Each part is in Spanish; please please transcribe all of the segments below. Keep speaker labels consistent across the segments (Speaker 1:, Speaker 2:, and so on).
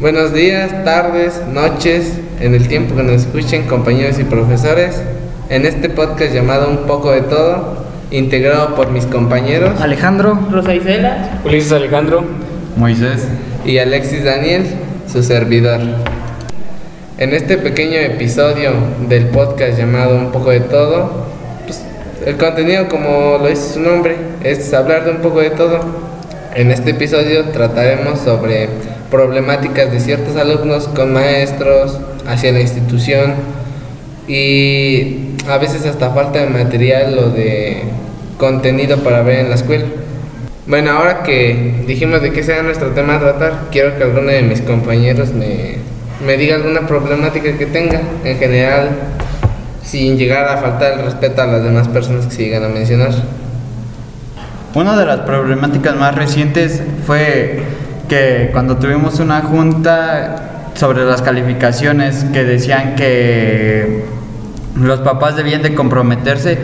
Speaker 1: Buenos días, tardes, noches, en el tiempo que nos escuchen compañeros y profesores, en este podcast llamado Un poco de todo, integrado por mis compañeros
Speaker 2: Alejandro,
Speaker 3: Rosa Isela.
Speaker 4: Ulises Alejandro.
Speaker 5: Moisés.
Speaker 1: y Alexis Daniel, su servidor. En este pequeño episodio del podcast llamado Un poco de todo, pues, el contenido como lo dice su nombre es hablar de un poco de todo. En este episodio trataremos sobre problemáticas de ciertos alumnos con maestros, hacia la institución y a veces hasta falta de material o de contenido para ver en la escuela. Bueno, ahora que dijimos de qué será nuestro tema a tratar, quiero que alguno de mis compañeros me, me diga alguna problemática que tenga en general, sin llegar a faltar el respeto a las demás personas que se llegan a mencionar.
Speaker 5: Una de las problemáticas más recientes fue que cuando tuvimos una junta sobre las calificaciones que decían que los papás debían de comprometerse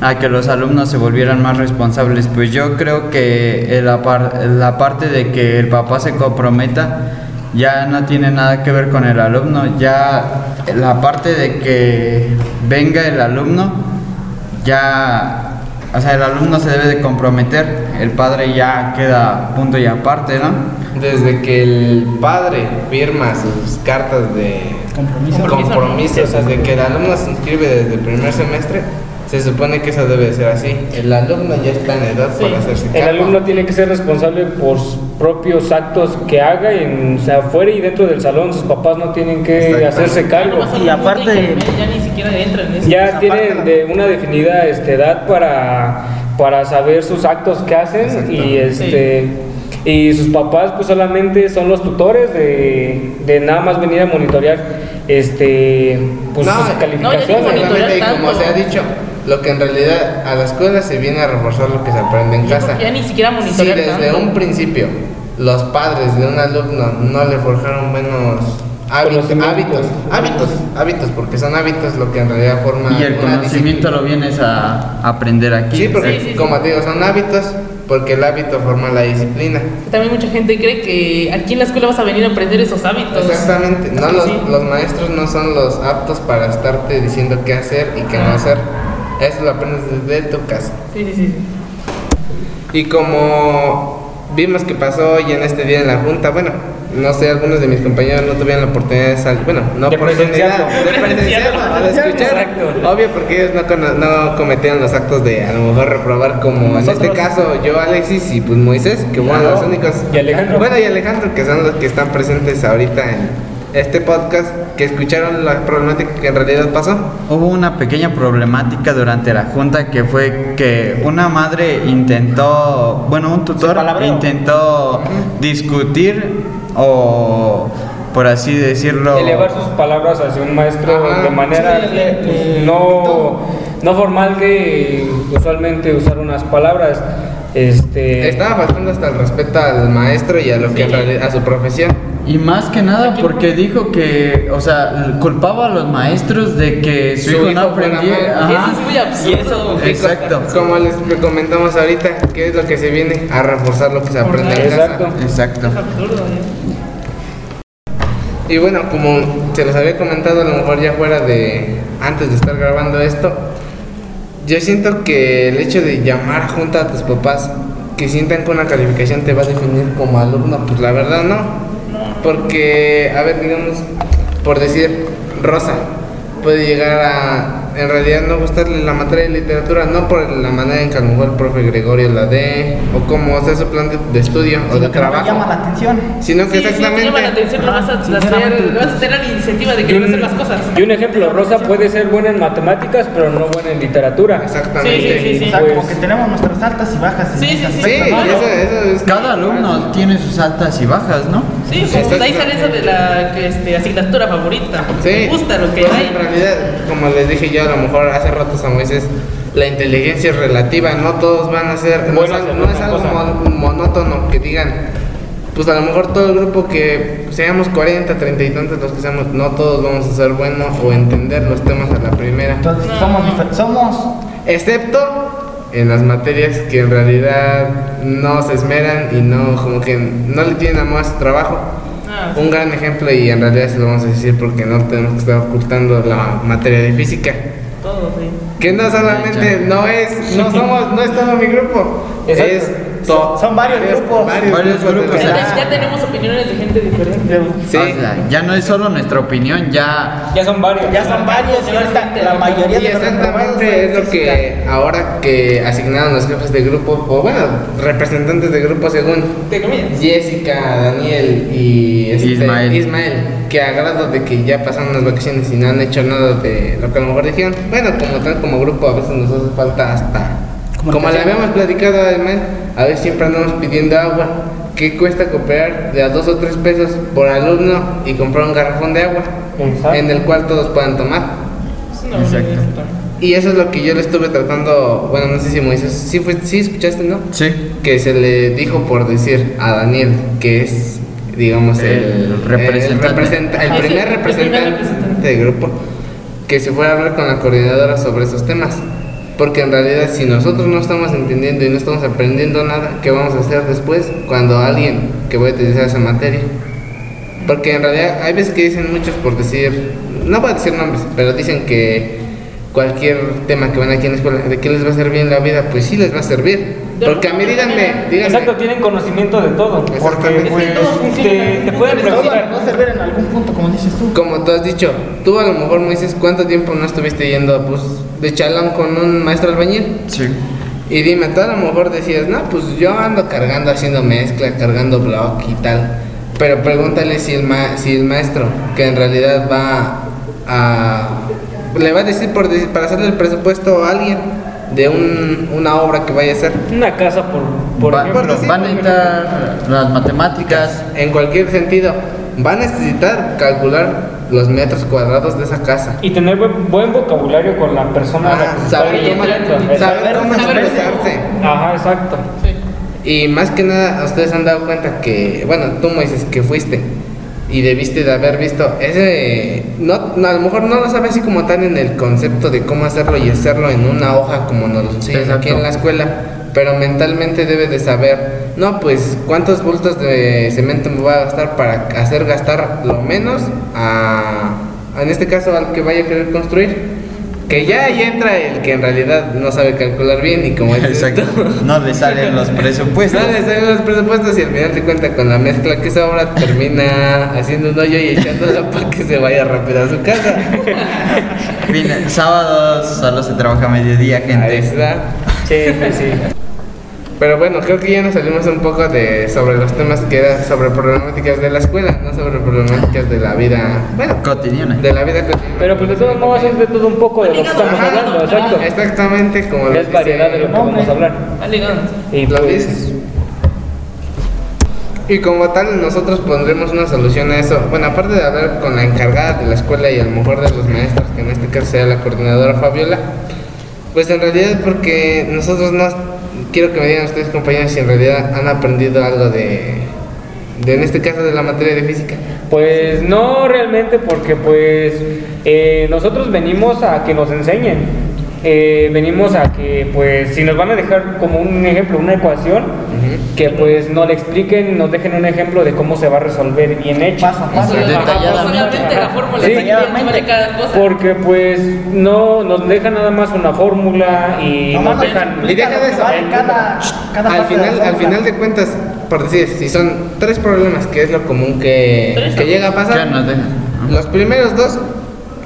Speaker 5: a que los alumnos se volvieran más responsables. Pues yo creo que el apar- la parte de que el papá se comprometa ya no tiene nada que ver con el alumno, ya la parte de que venga el alumno ya, o sea, el alumno se debe de comprometer, el padre ya queda punto y aparte, ¿no?
Speaker 1: Desde que el padre firma sus cartas de
Speaker 2: Compromiso.
Speaker 1: compromisos, desde que el alumno se inscribe desde el primer semestre, se supone que eso debe ser así. El alumno ya está en edad
Speaker 3: Sí,
Speaker 1: para hacerse
Speaker 4: El
Speaker 1: cargo.
Speaker 4: alumno tiene que ser responsable por sus propios actos que haga en, o sea, afuera y dentro del salón. Sus papás no tienen que
Speaker 1: Exacto.
Speaker 4: hacerse cargo.
Speaker 2: Y aparte-
Speaker 3: Ya ni siquiera entran en eso.
Speaker 4: Ya
Speaker 2: Esa
Speaker 4: tienen
Speaker 2: parte-
Speaker 4: de una definida este, edad para, para saber sus actos que hacen y este y sus papás pues solamente son los tutores de, de nada más venir a monitorear este pues
Speaker 1: No,
Speaker 4: sus
Speaker 1: no, ya ni
Speaker 4: calificaciones.
Speaker 3: monitorear
Speaker 1: Exactamente, y
Speaker 3: tanto.
Speaker 1: como se ha dicho, lo que en realidad a la escuela se viene a reforzar lo que se aprende en
Speaker 3: Yo creo
Speaker 1: casa.
Speaker 3: que ya ni siquiera
Speaker 1: Si
Speaker 3: monitorear
Speaker 1: desde
Speaker 3: tanto.
Speaker 1: un principio los padres de un alumno no le forjaron buenos hábitos,
Speaker 4: Conocimientos.
Speaker 1: hábitos, hábitos, hábitos, porque son hábitos lo que en realidad forma
Speaker 5: Y el
Speaker 1: una
Speaker 5: conocimiento
Speaker 1: disciplina.
Speaker 5: lo vienes a aprender aquí. Eh,
Speaker 1: Sí, porque
Speaker 3: Sí, sí, sí.
Speaker 1: como te digo, son hábitos porque el hábito forma la disciplina.
Speaker 3: También mucha gente cree que aquí en la escuela vas a venir a aprender esos hábitos.
Speaker 1: Exactamente, no los,
Speaker 3: Sí.
Speaker 1: los maestros no son los aptos para estarte diciendo qué hacer y qué no
Speaker 3: Ah.
Speaker 1: hacer. Eso lo aprendes desde tu casa.
Speaker 3: Sí, sí, sí.
Speaker 1: Y como vimos que pasó hoy en este día en la Junta, bueno, no sé, algunos de mis compañeros no tuvieron la oportunidad de salir, bueno, no
Speaker 4: De
Speaker 1: oportunidad
Speaker 4: presenciarlo.
Speaker 1: de presenciarlo, de escuchar.
Speaker 4: Exacto.
Speaker 1: Obvio, porque ellos no, cono- no cometieron los actos de a lo mejor reprobar, como en este caso yo, Alexis y pues Moisés, que fueron los únicos.
Speaker 4: Y Alejandro.
Speaker 1: Bueno, y Alejandro, que son los que están presentes ahorita en este podcast, que escucharon la problemática que en realidad pasó.
Speaker 5: Hubo una pequeña problemática durante la junta que fue que una madre intentó, bueno, un tutor intentó discutir o, por así decirlo,
Speaker 4: elevar sus palabras hacia un maestro
Speaker 1: Ajá,
Speaker 4: de manera
Speaker 1: sí, le- le-
Speaker 4: no, no formal de usualmente usar unas palabras. Este,
Speaker 1: Estaba faltando hasta el respeto al maestro y a lo que en realidad, a su profesión.
Speaker 5: Y más que nada porque dijo que, o sea, culpaba a los maestros de que su,
Speaker 1: Su
Speaker 5: hijo,
Speaker 1: hijo
Speaker 5: no
Speaker 1: fuera
Speaker 5: aprendía.
Speaker 1: malo.
Speaker 5: ajá.
Speaker 3: Eso es muy absurdo.
Speaker 5: Exacto.
Speaker 1: Como les comentamos ahorita, ¿qué es lo que se viene? A reforzar lo que se aprende en
Speaker 4: Exacto.
Speaker 1: casa.
Speaker 5: Exacto.
Speaker 3: Es absurdo, ¿eh? ya.
Speaker 1: Y bueno, como se los había comentado a lo mejor ya fuera de antes de estar grabando esto, yo siento que el hecho de llamar junta a tus papás que sientan que una calificación te va a definir como alumno, pues la verdad no. Porque, a ver, digamos, por decir, Rosa puede llegar a, en realidad, no gustarle la materia de literatura, no por la manera en que a lo mejor el profe Gregorio la dé, o cómo sea su plan de, de estudio o de trabajo,
Speaker 2: llama la atención.
Speaker 1: sino que
Speaker 3: Sí, si no te
Speaker 1: exactamente...
Speaker 3: llama la atención, no vas a,
Speaker 2: Sinceramente.
Speaker 3: hacer, no vas a tener la iniciativa de
Speaker 4: Y
Speaker 3: querer
Speaker 4: un,
Speaker 3: hacer las cosas.
Speaker 4: y un ejemplo, Rosa puede ser buena en matemáticas, pero no buena en literatura.
Speaker 1: Exactamente.
Speaker 3: Sí, sí, sí.
Speaker 4: Y,
Speaker 2: O sea, como
Speaker 4: pues,
Speaker 2: que tenemos nuestras altas y bajas. en
Speaker 3: Sí, sí,
Speaker 2: ese
Speaker 3: sí.
Speaker 1: Sí,
Speaker 2: aspecto, ¿no?
Speaker 1: eso, eso es.
Speaker 5: Pues Cada alumno tiene sus altas y bajas, ¿no?
Speaker 3: Sí, como de ahí sale eso de la que, este, asignatura favorita.
Speaker 1: Sí. Pues
Speaker 3: Me gusta lo que
Speaker 1: Pero
Speaker 3: hay.
Speaker 1: En realidad, como les dije yo a lo mejor hace rato a Moisés, la inteligencia es relativa, no todos van a ser. No es,
Speaker 4: Buenas
Speaker 1: algo-
Speaker 4: en
Speaker 1: no
Speaker 4: una
Speaker 1: es algo
Speaker 4: cosa.
Speaker 1: mon- monótono que digan. Pues a lo mejor todo el grupo que seamos 40, 30 y tantos los que seamos, no todos vamos a ser buenos o entender los temas a la primera.
Speaker 2: Entonces,
Speaker 3: No.
Speaker 2: somos difer- somos
Speaker 1: Excepto en las materias que en realidad no se esmeran y no, como que no le tienen amor a su trabajo.
Speaker 3: Ah, Ah,
Speaker 1: un gran ejemplo y en realidad se lo vamos a decir porque no tenemos que estar ocultando la materia de física.
Speaker 3: todo, sí.
Speaker 1: Que no solamente no es, no somos, no es todo mi grupo,
Speaker 4: Exacto.
Speaker 1: es to-
Speaker 2: Son varios grupos.
Speaker 5: Varios
Speaker 1: de
Speaker 5: grupos,
Speaker 1: la-
Speaker 5: sea,
Speaker 3: ya, ya tenemos opiniones de gente diferente.
Speaker 1: Sí.
Speaker 5: O sea, ya no es solo nuestra opinión, ya
Speaker 4: Ya son varios.
Speaker 2: Ya son varios y ahorita la mayoría
Speaker 1: Y
Speaker 2: de los reprobados son
Speaker 1: exactamente es lo
Speaker 2: física.
Speaker 1: que ahora que asignaron los jefes de grupo, o bueno, representantes de grupo según
Speaker 3: Te comillas.
Speaker 1: Jessica, Daniel y este,
Speaker 5: Ismael.
Speaker 1: que a grado de que ya pasaron las vacaciones y no han hecho nada de lo que a lo mejor dijeron, bueno, como tal, como grupo, a veces nos hace falta hasta. Como le habíamos platicado además, a veces siempre andamos pidiendo agua. ¿Qué cuesta comprar de a dos o tres pesos por alumno y comprar un garrafón de agua?
Speaker 4: Exacto.
Speaker 1: En el cual todos puedan tomar.
Speaker 3: Es una buena
Speaker 5: Exacto.
Speaker 3: idea también.
Speaker 1: Y eso es lo que yo le estuve tratando, bueno, no sé si Moisés, sí, fue, sí escuchaste, ¿no?
Speaker 5: sí,
Speaker 1: Que se le dijo por decir a Daniel, que es, digamos, el,
Speaker 5: El representante.
Speaker 1: el representa- el
Speaker 3: Ah, sí,
Speaker 1: primer
Speaker 3: el primer
Speaker 1: representante
Speaker 3: representante.
Speaker 1: del grupo, que se fuera a hablar con la coordinadora sobre esos temas. Porque en realidad si nosotros no estamos entendiendo y no estamos aprendiendo nada, ¿qué vamos a hacer después cuando alguien que voy a utilizar esa materia? Porque en realidad hay veces que dicen muchos por decir, no voy a decir nombres, pero dicen que cualquier tema que van aquí en la escuela, ¿de qué les va a servir en la vida? Pues sí les va a servir.
Speaker 3: De
Speaker 1: Porque a mí
Speaker 3: alguna
Speaker 1: díganme,
Speaker 3: manera.
Speaker 1: díganme.
Speaker 4: Exacto, tienen conocimiento de todo. Porque
Speaker 1: Exactamente.
Speaker 4: pues,
Speaker 3: todos
Speaker 4: te,
Speaker 3: funcionan.
Speaker 4: te pueden
Speaker 2: Pero todo
Speaker 4: preguntar.
Speaker 2: va a servir en algún punto, como dices tú.
Speaker 1: Como tú has dicho, tú a lo mejor me dices cuánto tiempo no estuviste yendo pues, de chalón con un maestro albañil.
Speaker 5: sí.
Speaker 1: Y dime, tú a lo mejor decías, no, pues yo ando cargando, haciendo mezcla, cargando block y tal. Pero pregúntale si el, ma- si el maestro, que en realidad va a... Le va a decir por decir- para hacerle el presupuesto a alguien de un- una obra que vaya a hacer.
Speaker 4: Una casa, por, por
Speaker 5: Va-
Speaker 4: ejemplo.
Speaker 1: sí,
Speaker 5: van
Speaker 1: por
Speaker 5: a
Speaker 1: ejemplo.
Speaker 5: entrar las matemáticas,
Speaker 1: En cualquier sentido, va a necesitar calcular los metros cuadrados de esa casa.
Speaker 4: Y tener buen, buen vocabulario con la persona a la
Speaker 1: Ah,
Speaker 4: que se
Speaker 1: saber
Speaker 4: está
Speaker 1: cómo,
Speaker 4: dirigiendo.
Speaker 1: saber
Speaker 4: Exacto.
Speaker 1: cómo
Speaker 3: saber cómo.
Speaker 1: expresarse.
Speaker 4: Ajá, exacto.
Speaker 3: Sí.
Speaker 1: Y más que nada, ustedes han dado cuenta que, bueno, tú me dices que fuiste y debiste de haber visto ese, no, no, a lo mejor no lo sabes así como tal en el concepto de cómo hacerlo y hacerlo en una hoja como nos lo enseñan aquí
Speaker 5: Exacto.
Speaker 1: en la escuela, pero mentalmente debe de saber, no, pues cuántos bultos de cemento me voy a gastar para hacer gastar lo menos a, en este caso al que vaya a querer construir. Que ya ahí entra el que en realidad no sabe calcular bien y como dices
Speaker 5: Exacto.
Speaker 1: tú,
Speaker 5: Pues, no le salen los
Speaker 1: pues
Speaker 5: presupuestos.
Speaker 1: no le salen los presupuestos y al final te cuenta con la mezcla que esa obra termina haciendo un hoyo y echándola para que se vaya rápido a su casa.
Speaker 5: Fin- sábados solo se trabaja a mediodía,
Speaker 1: Ahí
Speaker 5: gente.
Speaker 1: está.
Speaker 4: Sí, sí, sí.
Speaker 1: Pero bueno, creo que ya nos salimos un poco de sobre los temas que eran sobre problemáticas de la escuela, no sobre problemáticas de la vida, bueno,
Speaker 5: Cotidiana.
Speaker 1: de la vida cotidiana.
Speaker 4: Pero pues de todos modos es de todo un poco de lo que estamos
Speaker 1: Ajá,
Speaker 4: hablando, exacto.
Speaker 1: Exactamente como Este, lo
Speaker 4: Es
Speaker 1: que
Speaker 4: variedad
Speaker 1: se-
Speaker 4: de lo que vamos a hablar.
Speaker 3: Vale, no.
Speaker 4: Y
Speaker 1: Lo
Speaker 4: pues,
Speaker 1: dices. Y como tal, nosotros pondremos una solución a eso. Bueno, aparte de hablar con la encargada de la escuela y a lo mejor de los maestros, que en este caso sea la coordinadora Fabiola, pues en realidad porque nosotros no... Quiero que me digan ustedes, compañeros, si en realidad han aprendido algo de... de en este caso de la materia de física.
Speaker 4: Pues no realmente porque pues eh, nosotros venimos a que nos enseñen. Eh, venimos a que pues si nos van a dejar como un ejemplo, una ecuación,
Speaker 1: Ujú.
Speaker 4: que pues nos le expliquen, nos dejen un ejemplo de cómo se va a resolver bien hecho.
Speaker 2: Paso a paso.
Speaker 3: Eso,
Speaker 5: Detalladamente.
Speaker 3: no solamente la fórmula,
Speaker 4: Sí.
Speaker 3: sí, de cada cosa.
Speaker 4: Porque pues no nos dejan nada más una fórmula y nos
Speaker 2: Nomás nos
Speaker 4: dejan...
Speaker 1: explican.
Speaker 2: explica
Speaker 1: y deja
Speaker 2: lo
Speaker 1: de
Speaker 2: que
Speaker 1: eso.
Speaker 2: vale cada- cada
Speaker 1: al
Speaker 2: parte de
Speaker 1: final,
Speaker 2: la
Speaker 1: al
Speaker 2: fórmula.
Speaker 1: final de cuentas, por decir, si son tres problemas, que es lo común que,
Speaker 3: Tres,
Speaker 1: que
Speaker 3: ¿no?
Speaker 1: llega a pasar,
Speaker 5: Ya nos dejan.
Speaker 1: los primeros dos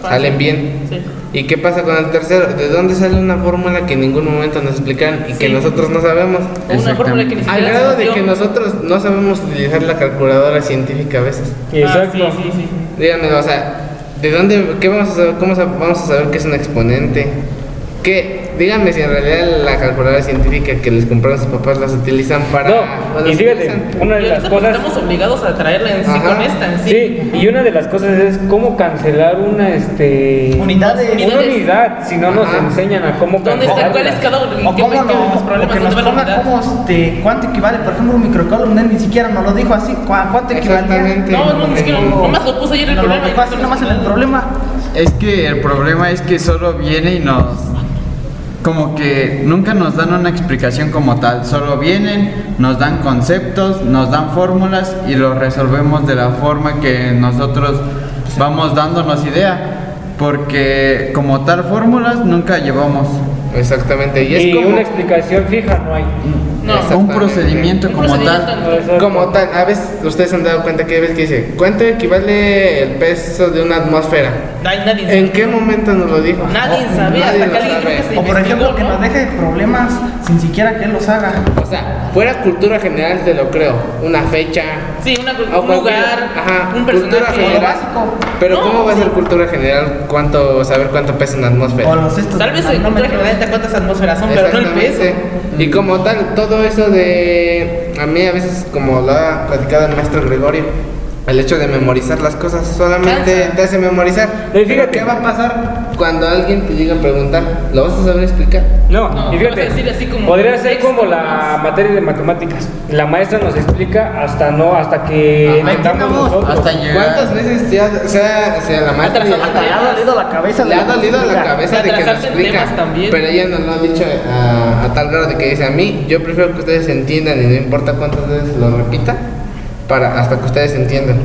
Speaker 1: salen bien.
Speaker 3: Sí.
Speaker 1: ¿Y qué pasa con el tercero? ¿De dónde sale una fórmula que en ningún momento nos explican y que
Speaker 3: Sí.
Speaker 1: nosotros no sabemos?
Speaker 3: O una fórmula que ni siquiera
Speaker 1: Al grado de
Speaker 3: existió.
Speaker 1: que nosotros no sabemos utilizar la calculadora científica a veces.
Speaker 3: Ah, sí,
Speaker 4: Exacto.
Speaker 3: sí, sí.
Speaker 1: Díganme, o sea, ¿de dónde, qué vamos a saber, cómo sa- vamos a saber que es un exponente? ¿Qué? Díganme si en realidad la calculadora científica que les compraron sus papás las utilizan para... o
Speaker 4: No,
Speaker 1: las
Speaker 4: y fíjate,
Speaker 1: utilizan-
Speaker 4: una de
Speaker 3: Y
Speaker 4: las
Speaker 3: ahorita, pues,
Speaker 4: cosas...
Speaker 3: Estamos obligados a traerla en sí
Speaker 1: Ajá.
Speaker 3: con esta en sí.
Speaker 4: Sí, y una de las cosas es cómo cancelar una este
Speaker 2: Unidades.
Speaker 4: una
Speaker 3: Unidades.
Speaker 4: unidad, si no nos
Speaker 1: Ajá.
Speaker 4: enseñan a cómo
Speaker 3: ¿Dónde está?
Speaker 4: cancelarla.
Speaker 3: ¿Cuál es cada uno?
Speaker 2: O
Speaker 3: ¿Qué-
Speaker 2: cómo
Speaker 3: qué-
Speaker 2: nos,
Speaker 3: los
Speaker 2: o que
Speaker 3: problemas?
Speaker 2: nos
Speaker 3: ¿Dónde va la
Speaker 2: pongan
Speaker 3: unidad?
Speaker 2: cómo, este, cuánto equivale, por ejemplo, un microcolumn, él ni siquiera nos lo dijo así, cua- cuánto equivalía.
Speaker 1: Exactamente.
Speaker 3: No, no, ni siquiera. Nomás lo puso ayer el
Speaker 2: Nos lo
Speaker 3: problema.
Speaker 2: dejó así nomás en el problema.
Speaker 5: Es que el problema es que solo viene y nos como que nunca nos dan una explicación como tal, solo vienen, nos dan conceptos, nos dan fórmulas y los resolvemos de la forma que nosotros vamos dándonos idea, porque como tal fórmulas nunca llevamos
Speaker 1: Exactamente. Y es
Speaker 4: y
Speaker 1: como
Speaker 4: una explicación fija no hay.
Speaker 3: No.
Speaker 5: un
Speaker 1: Exactamente.
Speaker 5: procedimiento
Speaker 3: Un
Speaker 5: como
Speaker 3: procedimiento.
Speaker 5: tal.
Speaker 1: Como tal, a veces ustedes han dado cuenta que hay veces que dice, ¿cuánto equivale el peso de una atmósfera?
Speaker 3: Ay, nadie
Speaker 1: ¿En qué momento nos lo dijo?
Speaker 3: Nadie
Speaker 1: Oh,
Speaker 3: sabía, hasta
Speaker 1: lo
Speaker 3: que alguien creo que
Speaker 1: sabe.
Speaker 3: se
Speaker 2: O por
Speaker 3: investigó,
Speaker 2: ejemplo, que
Speaker 3: ¿no?
Speaker 2: nos deje problemas sin siquiera que él los haga.
Speaker 1: O sea, fuera cultura general te lo creo, una fecha.
Speaker 3: Sí, una,
Speaker 1: o
Speaker 3: un
Speaker 1: cualquier-
Speaker 3: lugar,
Speaker 1: ajá,
Speaker 3: un
Speaker 1: cultura
Speaker 3: personaje.
Speaker 1: general.
Speaker 2: básico.
Speaker 1: Pero
Speaker 3: No,
Speaker 1: ¿cómo va a
Speaker 3: sí.
Speaker 1: ser cultura general cuánto saber cuánto pesa una atmósfera?
Speaker 2: O los estos.
Speaker 3: Tal vez
Speaker 2: de
Speaker 3: en
Speaker 2: manómetros.
Speaker 3: cultura general te cuántas atmósferas son, pero no el peso.
Speaker 1: Exactamente. Y como tal, todo eso de. A mí a veces, como lo ha platicado el maestro Gregorio, el hecho de memorizar las cosas solamente
Speaker 3: Cansa.
Speaker 1: te hace memorizar.
Speaker 4: Y
Speaker 1: Pero
Speaker 4: Eh, fíjate.
Speaker 1: ¿Qué va a pasar cuando alguien te llega a preguntar? ¿Lo vas a saber explicar?
Speaker 3: No,
Speaker 4: No, y
Speaker 3: vamos a
Speaker 4: fíjate,
Speaker 3: decir así como
Speaker 4: podría ser
Speaker 3: texto,
Speaker 4: como
Speaker 3: más.
Speaker 4: la materia de matemáticas. La maestra nos explica hasta no, hasta
Speaker 1: Ah,
Speaker 4: que
Speaker 1: Ajá.
Speaker 4: entendamos
Speaker 2: Entendamos,
Speaker 4: nosotros.
Speaker 5: Hasta llegar.
Speaker 1: ¿Cuántas veces se ha, se ha- se ha- la maestra
Speaker 3: Atrasado
Speaker 2: Hasta le ha dolido la cabeza. de
Speaker 1: le ha dolido la
Speaker 2: cultura.
Speaker 1: cabeza de que lo
Speaker 3: Atrasarse en
Speaker 1: explica,
Speaker 3: temas también.
Speaker 1: pero ella nos lo ha dicho a, a tal grado de que dice a mí, yo prefiero que ustedes entiendan y no importa cuántas veces lo repita, para hasta que ustedes entiendan.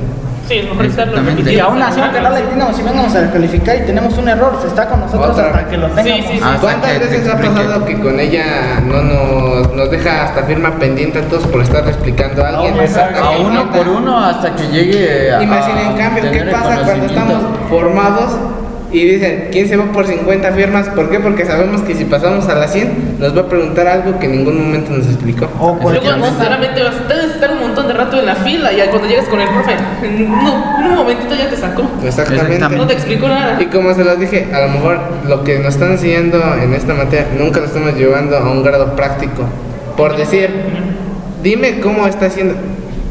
Speaker 3: Sí, es mejor estarlo
Speaker 5: Exactamente.
Speaker 2: Y
Speaker 3: repitiendo.
Speaker 2: aún así, aunque no la entiendamos, si vengamos a descalificar y tenemos un error, se está con nosotros
Speaker 1: Otra.
Speaker 2: hasta que lo
Speaker 3: Sí,
Speaker 2: tengamos.
Speaker 3: sí, sí.
Speaker 5: Ah, Hasta
Speaker 1: ¿Cuántas
Speaker 5: que te
Speaker 1: veces ha
Speaker 5: explique.
Speaker 1: pasado que con ella no nos, nos deja hasta firma pendiente a todos por estar explicando a alguien?
Speaker 4: Aún
Speaker 1: Hasta que
Speaker 5: A uno
Speaker 1: entienda.
Speaker 5: por uno hasta que llegue a.
Speaker 1: Imagina en cambio qué
Speaker 5: Ah, tener el
Speaker 1: pasa cuando
Speaker 5: conocimiento.
Speaker 1: estamos formados y dicen, ¿quién se va por 50 firmas? ¿Por qué? Porque sabemos que si pasamos a las 100 nos va a preguntar algo que en ningún momento nos explicó.
Speaker 2: O cualquier
Speaker 3: Luego,
Speaker 2: cosa.
Speaker 3: sinceramente, vas a estar un montón de rato en la fila y cuando llegas con el profe, en un, en un momentito ya te sacó.
Speaker 1: Exactamente.
Speaker 3: No te explicó nada.
Speaker 1: Y como se los dije, a lo mejor lo que nos están enseñando en esta materia nunca lo estamos llevando a un grado práctico. Por decir, dime cómo está haciendo,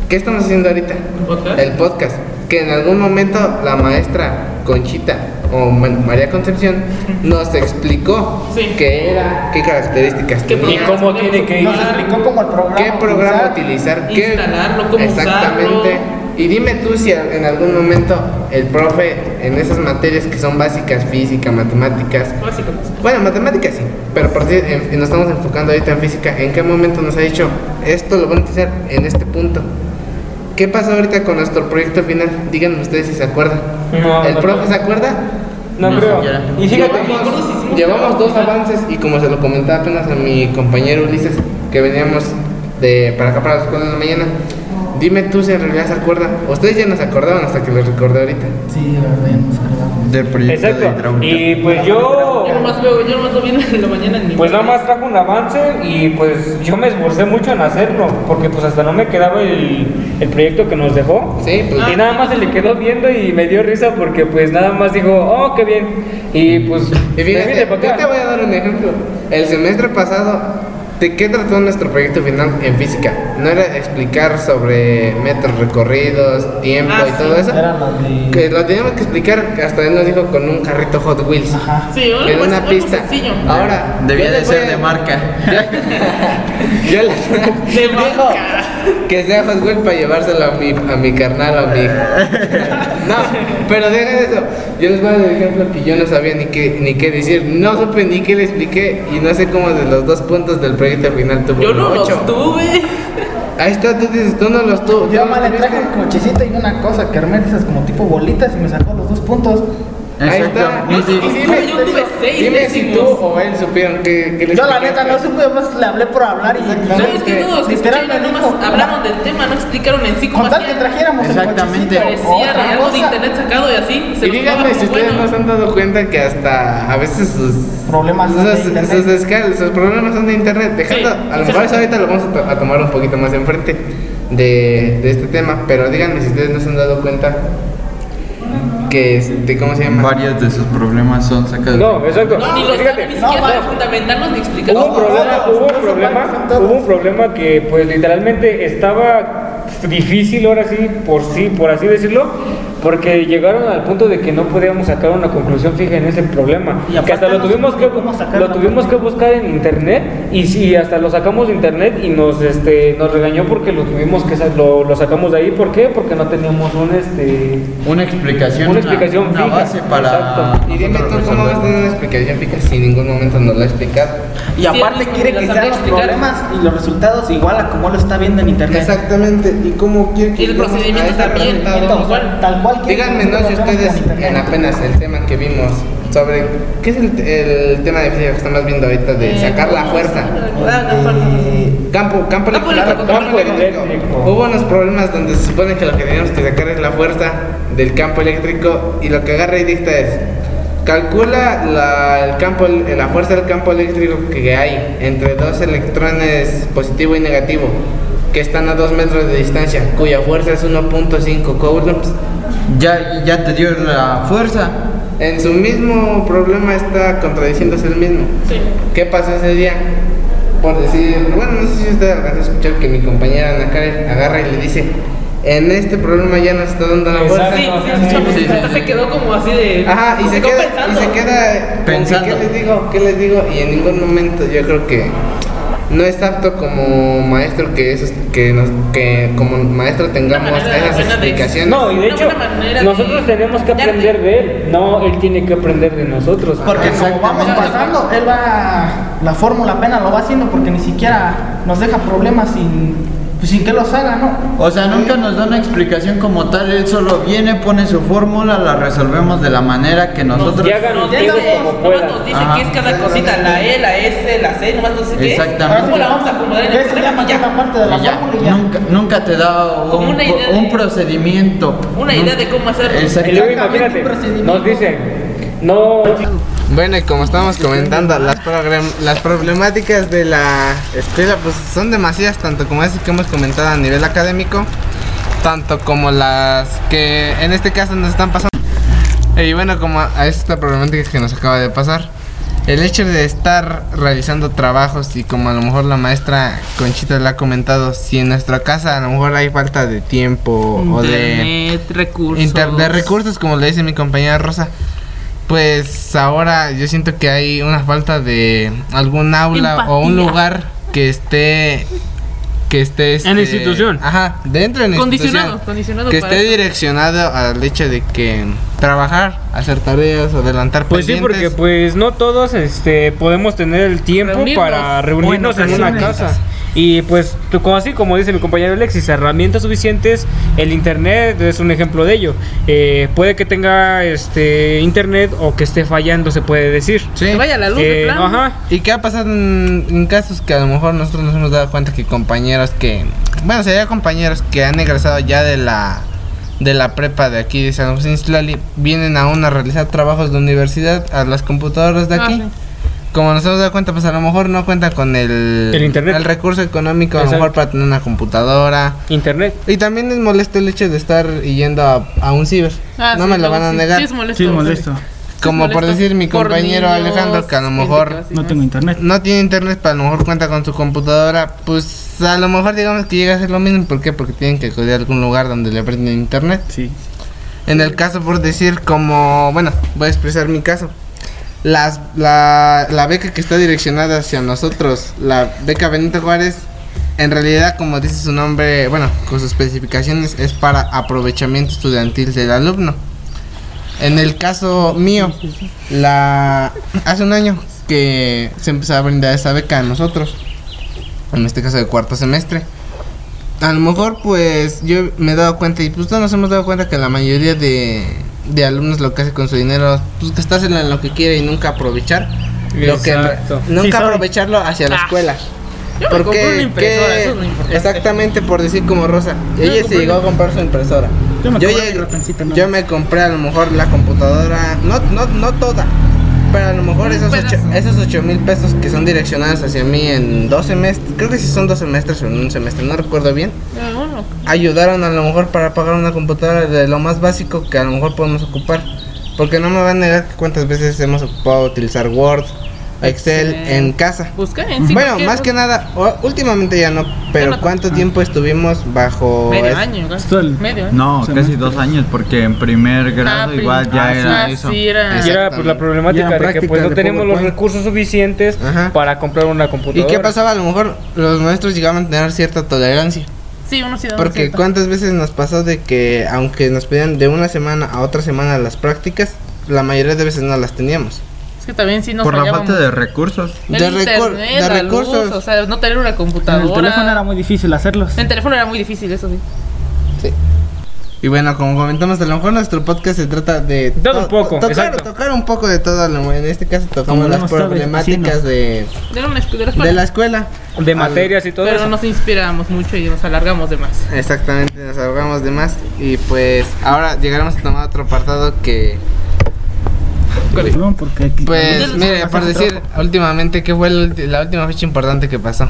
Speaker 1: ¿qué estamos haciendo ahorita?
Speaker 3: ¿Podcast?
Speaker 1: El podcast. Que en algún momento la maestra Conchita o Ma- María Concepción nos explicó
Speaker 3: Sí.
Speaker 1: qué era, qué características
Speaker 3: ¿Qué
Speaker 1: tenía,
Speaker 4: ¿Y cómo tiene que ir?
Speaker 2: Nos explicó cómo el programa.
Speaker 1: qué programa
Speaker 2: utilizar.
Speaker 1: utilizar, qué
Speaker 3: Instalarlo, cómo
Speaker 1: exactamente.
Speaker 3: usarlo.
Speaker 1: Y dime tú si a- en algún momento el profe en esas materias que son básicas, física, matemáticas,
Speaker 3: Básicamente.
Speaker 1: bueno, matemáticas sí, pero por si en- nos estamos enfocando ahorita en física, ¿en qué momento nos ha dicho esto lo van a utilizar en este punto? ¿Qué pasó ahorita con nuestro proyecto final? Díganme ustedes si se acuerdan.
Speaker 4: No,
Speaker 1: ¿El
Speaker 4: Ah, no
Speaker 1: profe
Speaker 4: creo.
Speaker 1: se acuerda?
Speaker 4: No,
Speaker 5: Ni
Speaker 4: creo.
Speaker 5: siquiera.
Speaker 4: Y fíjate,
Speaker 3: Nosotros hicimos
Speaker 1: Llevamos, llevamos dos avances y como se lo comentaba apenas a mi compañero Ulises, que veníamos de para acá para la escuela en la mañana, dime tú si en realidad se acuerdan. Ustedes ya nos acordaban hasta que les recordé ahorita.
Speaker 2: Sí, de verdad, ya nos acordamos.
Speaker 5: Del proyecto de
Speaker 4: exacto.
Speaker 5: hidráulica.
Speaker 4: Y pues yo,
Speaker 3: Yo nomás veo, yo nomás lo vi en la mañana en mi
Speaker 4: pues nada más trajo un avance y pues yo me esforcé mucho en hacerlo, porque pues hasta no me quedaba el, el proyecto que nos dejó.
Speaker 1: Sí, pues
Speaker 4: Y nada más se le quedó viendo y me dio risa porque pues nada más dijo, oh, qué bien. Y pues...
Speaker 1: Y
Speaker 4: me
Speaker 1: fíjate,
Speaker 4: vine para
Speaker 1: yo te
Speaker 4: acá.
Speaker 1: voy a dar un ejemplo. El semestre pasado, ¿de qué trató nuestro proyecto final en física? No era explicar sobre metros recorridos, tiempo
Speaker 3: Ah,
Speaker 1: y
Speaker 3: sí,
Speaker 1: todo eso.
Speaker 2: Eran los de.
Speaker 1: Que lo teníamos que explicar, hasta él nos dijo con un carrito Hot Wheels.
Speaker 2: Ajá.
Speaker 3: Sí, algo
Speaker 1: en
Speaker 3: así,
Speaker 1: una
Speaker 3: algo
Speaker 1: pista.
Speaker 3: sencillo.
Speaker 1: Ahora,
Speaker 5: Debía
Speaker 1: yo
Speaker 5: de
Speaker 1: les
Speaker 5: ser
Speaker 1: voy a-
Speaker 5: de marca.
Speaker 1: Yo les-
Speaker 3: De
Speaker 1: Dijo
Speaker 3: vaca.
Speaker 1: que sea Hot Wheels para llevárselo a mi, a mi carnal o a mi hija. No, pero dejen eso. Yo les voy a dar el ejemplo que yo no sabía ni qué, ni qué decir. No supe ni qué le expliqué y no sé cómo de los dos puntos del proyecto final tuvo
Speaker 3: Yo
Speaker 1: un
Speaker 3: no
Speaker 1: ocho.
Speaker 3: los tuve.
Speaker 1: Ahí está, tú dices, tú no los tuvo.
Speaker 2: Yo más le traje el cochecito y una cosa que armé de esas como tipo bolitas y me sacó los dos puntos.
Speaker 1: Ahí está.
Speaker 5: Exacto. Ni si-
Speaker 1: Y dime,
Speaker 3: Yo tuve seis
Speaker 1: dime si tú
Speaker 3: décimos.
Speaker 1: o él supieron que, que le
Speaker 2: Yo la
Speaker 1: explicaste.
Speaker 2: neta no supe, más le hablé por hablar y.
Speaker 3: No, es que todos los que
Speaker 2: Literal,
Speaker 3: escucharon
Speaker 2: me
Speaker 3: nomás
Speaker 2: dijo,
Speaker 3: hablaron del tema, no explicaron en sí cómo
Speaker 2: Con tal que
Speaker 3: hacían.
Speaker 2: trajéramos el
Speaker 5: Exactamente.
Speaker 2: cochecito o
Speaker 3: Parecía
Speaker 2: otra
Speaker 3: algo de
Speaker 2: cosa.
Speaker 3: internet sacado y así.
Speaker 1: Y
Speaker 3: los
Speaker 1: díganme
Speaker 3: tomaban
Speaker 1: si
Speaker 3: como
Speaker 1: ustedes
Speaker 3: bueno.
Speaker 1: no se han dado cuenta que hasta a veces sus
Speaker 2: Problemas son de
Speaker 1: sus,
Speaker 2: internet.
Speaker 1: sus escal- sus problemas son de internet. Dejando,
Speaker 3: Sí,
Speaker 1: a lo
Speaker 3: sí,
Speaker 1: mejor
Speaker 3: sí.
Speaker 1: eso ahorita lo vamos a, to- a tomar un poquito más enfrente de, de este tema, pero díganme si ustedes no se han dado cuenta que este, ¿cómo se llama?
Speaker 5: Varios de sus problemas son sacados.
Speaker 4: No, exacto.
Speaker 3: No, ni los
Speaker 4: fíjate.
Speaker 3: ni
Speaker 2: no,
Speaker 3: siquiera para
Speaker 2: vale.
Speaker 3: fundamentarnos ni
Speaker 4: Hubo
Speaker 3: explicarnos.
Speaker 4: un problema,
Speaker 2: no,
Speaker 4: hubo
Speaker 2: no
Speaker 4: un
Speaker 2: son varios,
Speaker 4: problema,
Speaker 2: son todos.
Speaker 4: hubo un problema que pues literalmente estaba difícil ahora sí, por sí, por así decirlo, porque llegaron al punto de que no podíamos sacar una conclusión fija en ese problema.
Speaker 2: Y
Speaker 4: que
Speaker 2: aparte
Speaker 4: hasta lo
Speaker 2: no
Speaker 4: tuvimos que
Speaker 2: supimos sacar
Speaker 4: lo
Speaker 2: la
Speaker 4: tuvimos que buscar en internet y sí, hasta lo sacamos de internet y nos este nos regañó porque lo tuvimos que sa- lo, lo sacamos de ahí, ¿por qué? Porque no teníamos un este
Speaker 5: Una explicación.
Speaker 4: Una explicación
Speaker 5: una
Speaker 4: fija,
Speaker 5: base para.
Speaker 4: exacto.
Speaker 1: Y dime tú
Speaker 5: nosotros
Speaker 1: cómo vas a
Speaker 5: resolver.
Speaker 1: tener una explicación fija si en ningún momento nos la ha explicado.
Speaker 2: Y aparte
Speaker 3: Sí,
Speaker 2: quiere
Speaker 3: las
Speaker 2: que
Speaker 3: sabría
Speaker 2: sean los
Speaker 3: explicar.
Speaker 2: problemas y los resultados igual a como lo está viendo en internet.
Speaker 1: Exactamente, ¿y cómo quiere
Speaker 3: Y el
Speaker 1: lleguemos a
Speaker 3: procedimiento
Speaker 1: ese
Speaker 3: también,
Speaker 1: resultado?
Speaker 3: tal cual.
Speaker 2: Tal cual quiere
Speaker 1: Díganme,
Speaker 2: que
Speaker 1: ¿no? Si
Speaker 2: nosotros lo veamos
Speaker 1: ustedes,
Speaker 2: como internet.
Speaker 1: en apenas el tema que vimos sobre. ¿Qué es el, el tema de física que estamos viendo ahorita de
Speaker 3: Eh,
Speaker 1: sacar la fuerza?
Speaker 3: Ah, la fuerza.
Speaker 2: Eh,
Speaker 1: Campo, campo
Speaker 3: Campo
Speaker 1: eléctrico.
Speaker 3: eléctrico, campo
Speaker 4: eléctrico.
Speaker 1: Hubo unos problemas donde se supone que lo que tenemos que sacar es la fuerza del campo eléctrico y lo que agarra y dicta es calcula la, el campo, la fuerza del campo eléctrico que hay entre dos electrones positivo y negativo que están a 2 metros de distancia cuya fuerza es 1.5 coulombs.
Speaker 5: Ya, ya te dio la fuerza.
Speaker 1: En su mismo problema está contradiciéndose el mismo.
Speaker 3: Sí.
Speaker 1: ¿Qué pasó ese día? Por decir, bueno, no sé si usted alcanzó a escuchar que mi compañera Ana Karen agarra y le dice, en este problema ya nos está dando la
Speaker 4: Pues
Speaker 1: fuerza.
Speaker 3: Sí,
Speaker 4: Exacto.
Speaker 3: sí, escuchamos.
Speaker 5: Sí, sí,
Speaker 3: Hasta
Speaker 5: sí.
Speaker 3: se quedó como así de.
Speaker 1: Ajá, y
Speaker 3: como
Speaker 1: se
Speaker 3: quedó
Speaker 1: queda, y
Speaker 3: pensando.
Speaker 1: se queda con que,
Speaker 5: Pensando.
Speaker 1: ¿Qué les digo? ¿Qué les digo? Y en ningún momento yo creo que no es apto como maestro que eso que nos- que como maestro tengamos
Speaker 3: manera
Speaker 1: esas
Speaker 3: buena de-
Speaker 1: explicaciones.
Speaker 4: No, y de
Speaker 3: Una
Speaker 4: hecho,
Speaker 3: buena manera de
Speaker 4: nosotros tenemos que
Speaker 3: enseñarte.
Speaker 4: aprender de él, no él tiene que aprender de nosotros.
Speaker 2: porque como vamos
Speaker 5: exactamente.
Speaker 2: pasando, él va la fórmula apenas lo va haciendo porque ni siquiera nos deja problemas sin pues, sin que los haga, ¿no?
Speaker 5: O sea, nunca nos da una explicación como tal. Él solo viene, pone su fórmula, la resolvemos de la manera que nosotros.
Speaker 4: ya ganó.
Speaker 3: Nos
Speaker 4: Ya
Speaker 3: dice,
Speaker 4: llegamos como
Speaker 3: nomás
Speaker 4: pueda.
Speaker 3: nos dice
Speaker 5: Ajá.
Speaker 3: qué es cada cosita, la E, la S, la C, nomás nos dice qué es.
Speaker 5: Exactamente.
Speaker 3: ¿Cómo la vamos a acomodar en
Speaker 2: ¿Qué
Speaker 3: el
Speaker 2: se llama
Speaker 3: problema?
Speaker 2: ya la parte de la
Speaker 5: Y ya,
Speaker 2: fórmula y ya.
Speaker 5: Nunca, nunca te da un,
Speaker 3: Como una idea
Speaker 5: un
Speaker 3: de-
Speaker 5: procedimiento.
Speaker 3: una idea de cómo hacerlo.
Speaker 4: Y
Speaker 5: Exacto.
Speaker 4: luego imagínate,
Speaker 2: un procedimiento.
Speaker 4: nos dicen, no,
Speaker 1: Bueno, y como estábamos comentando, las, progrem- las problemáticas de la escuela pues son demasiadas, tanto como esas que hemos comentado a nivel académico, tanto como las que en este caso nos están pasando. Eh, Y bueno, como a esta problemática que nos acaba de pasar, el hecho de estar realizando trabajos y como a lo mejor la maestra Conchita le ha comentado, si en nuestra casa a lo mejor hay falta de tiempo o de...
Speaker 3: recursos.
Speaker 1: Inter- de recursos, como le dice mi compañera Rosa. Pues ahora yo siento que hay una falta de algún aula o un
Speaker 3: Empatía.
Speaker 1: lugar que esté que esté este,
Speaker 4: En la institución.
Speaker 1: Ajá, dentro de la
Speaker 3: Condicionado,
Speaker 1: institución.
Speaker 3: condicionado
Speaker 1: que
Speaker 3: para
Speaker 1: esté
Speaker 3: eso.
Speaker 1: direccionado al hecho de que trabajar, hacer tareas, adelantar
Speaker 4: pues sí, porque
Speaker 1: pendientes.
Speaker 4: pues no todos este, podemos tener el tiempo
Speaker 3: Reunirnos.
Speaker 4: para reunirnos
Speaker 1: Bueno,
Speaker 4: en una
Speaker 1: reunirnos.
Speaker 4: casa. Y pues tú- como así, como dice mi compañero Alexis, herramientas suficientes, el internet es un ejemplo de ello. Eh, puede que tenga este internet o que esté fallando, se puede decir.
Speaker 1: Sí.
Speaker 3: Que vaya la luz, de
Speaker 4: Eh,
Speaker 3: plano.
Speaker 4: ajá.
Speaker 1: ¿Y qué ha pasado en, en casos que a lo mejor nosotros nos hemos dado cuenta que compañeros que, bueno, sería compañeros que han egresado ya de la de la prepa de aquí de San José Islali, vienen aún a realizar trabajos de universidad a las computadoras de
Speaker 3: Ah,
Speaker 1: aquí?
Speaker 3: sí.
Speaker 1: Como nos hemos dado cuenta, pues a lo mejor no cuenta con el,
Speaker 4: El internet.
Speaker 1: el recurso económico, a lo
Speaker 4: Exacto.
Speaker 1: mejor para tener una computadora.
Speaker 4: Internet.
Speaker 1: Y también es molesto el hecho de estar yendo a, a un ciber.
Speaker 3: Ah,
Speaker 1: no
Speaker 3: sí,
Speaker 1: me lo
Speaker 3: luego
Speaker 1: van a
Speaker 3: sí-
Speaker 1: negar.
Speaker 3: Sí, es molesto.
Speaker 2: Sí, molesto.
Speaker 1: Como por
Speaker 3: molesto.
Speaker 1: decir mi
Speaker 3: Por
Speaker 1: compañero
Speaker 3: niños,
Speaker 1: Alejandro, que a lo
Speaker 3: gente
Speaker 1: mejor
Speaker 3: así,
Speaker 2: No tengo internet.
Speaker 1: no tiene internet, pero a lo mejor cuenta con su computadora, pues a lo mejor digamos que llega a ser lo mismo. ¿Por qué? Porque tienen que acudir a algún lugar donde le prenden internet.
Speaker 2: Sí.
Speaker 1: En el caso, por decir, como, bueno, voy a expresar mi caso. Las, la, la beca que está direccionada hacia nosotros, la beca Benito Juárez, en realidad, como dice su nombre, bueno, con sus especificaciones, es para aprovechamiento estudiantil del alumno. En el caso mío, la hace un año que se empezó a brindar esa beca a nosotros, en este caso de cuarto semestre. A lo mejor, pues, yo me he dado cuenta, y pues todos nos hemos dado cuenta que la mayoría de, de alumnos lo que hace con su dinero, pues gastárselo en lo que quiere y nunca aprovechar. Lo que,
Speaker 4: Exacto.
Speaker 1: nunca
Speaker 2: Sí, soy.
Speaker 1: aprovecharlo hacia la
Speaker 3: Ah.
Speaker 1: escuela.
Speaker 3: Yo me
Speaker 1: Porque,
Speaker 3: compré una impresora, eso es lo importante.
Speaker 1: exactamente por decir como Rosa,
Speaker 3: Yo me
Speaker 1: ella se
Speaker 3: compré
Speaker 1: llegó a
Speaker 3: una-
Speaker 1: comprar su impresora.
Speaker 2: Yo me compré
Speaker 1: llegué-
Speaker 2: mi ratoncito, ¿no?
Speaker 1: yo me compré a lo mejor la computadora, no, no, no toda, pero a lo mejor esos
Speaker 3: pedazo.
Speaker 1: ocho, esos ocho mil pesos que son direccionados hacia mí en dos semestres, creo que si son dos semestres o en un semestre, no recuerdo bien,
Speaker 3: Ah, bueno.
Speaker 1: ayudaron a lo mejor para pagar una computadora de lo más básico que a lo mejor podemos ocupar. Porque no me van a negar que cuántas veces hemos ocupado utilizar Word, Excel en casa.
Speaker 3: Busca en sí.
Speaker 1: bueno,
Speaker 3: cualquier
Speaker 1: más que
Speaker 3: cosa.
Speaker 1: nada, o- últimamente ya no, pero
Speaker 3: no-
Speaker 1: ¿cuánto tiempo estuvimos bajo... este
Speaker 3: Medio
Speaker 1: es-
Speaker 3: año, ¿no?
Speaker 2: Esto el-
Speaker 3: Medio año. Ah,
Speaker 5: No, casi dos años, porque en primer grado
Speaker 3: prim-
Speaker 5: igual
Speaker 3: ah,
Speaker 5: ya era
Speaker 3: sí,
Speaker 5: eso.
Speaker 3: sí, era-
Speaker 1: Exacto.
Speaker 4: Y era pues, la problemática
Speaker 2: Ya,
Speaker 4: de que pues,
Speaker 2: prácticas
Speaker 4: no
Speaker 2: de
Speaker 4: tenemos los
Speaker 2: PowerPoint.
Speaker 4: recursos suficientes
Speaker 1: Ajá.
Speaker 4: para comprar una
Speaker 1: ¿Y
Speaker 4: computadora.
Speaker 1: qué pasaba? A lo mejor los maestros llegaban a tener cierta tolerancia.
Speaker 3: Sí, uno sí da
Speaker 1: Porque
Speaker 3: cierta-
Speaker 1: cuántas veces nos pasó de que aunque nos pedían de una semana a otra semana las prácticas, la mayoría de veces no las teníamos.
Speaker 3: Es que también sí nos
Speaker 5: Por la
Speaker 3: fallábamos.
Speaker 5: falta de recursos.
Speaker 3: El
Speaker 1: de recur-
Speaker 3: internet,
Speaker 1: de
Speaker 3: la
Speaker 1: recursos.
Speaker 3: luz, o sea, no tener una
Speaker 2: En
Speaker 3: computadora.
Speaker 2: el teléfono era muy difícil hacerlos.
Speaker 3: En teléfono era muy difícil, eso sí.
Speaker 1: Y bueno, como comentamos, a lo mejor nuestro podcast se trata de...
Speaker 4: Todo un
Speaker 1: to-
Speaker 4: poco,
Speaker 1: Tocar,
Speaker 4: exacto.
Speaker 1: tocar un poco de todo, lo- en este caso
Speaker 2: Como
Speaker 1: tocamos
Speaker 2: lo
Speaker 1: las
Speaker 2: hemos estado
Speaker 1: problemáticas
Speaker 2: haciendo.
Speaker 1: de,
Speaker 3: De, una escu- de la escuela.
Speaker 1: de la escuela.
Speaker 4: De
Speaker 1: Al-
Speaker 4: materias y todo
Speaker 3: Pero
Speaker 4: eso.
Speaker 3: nos inspiramos mucho y nos alargamos de más.
Speaker 1: Exactamente, nos ahorramos de más. Y pues ahora llegaremos a tomar otro apartado que...
Speaker 2: Perdón, porque aquí-
Speaker 1: Pues mire, por decir últimamente qué fue la ulti- la última fecha importante que pasó.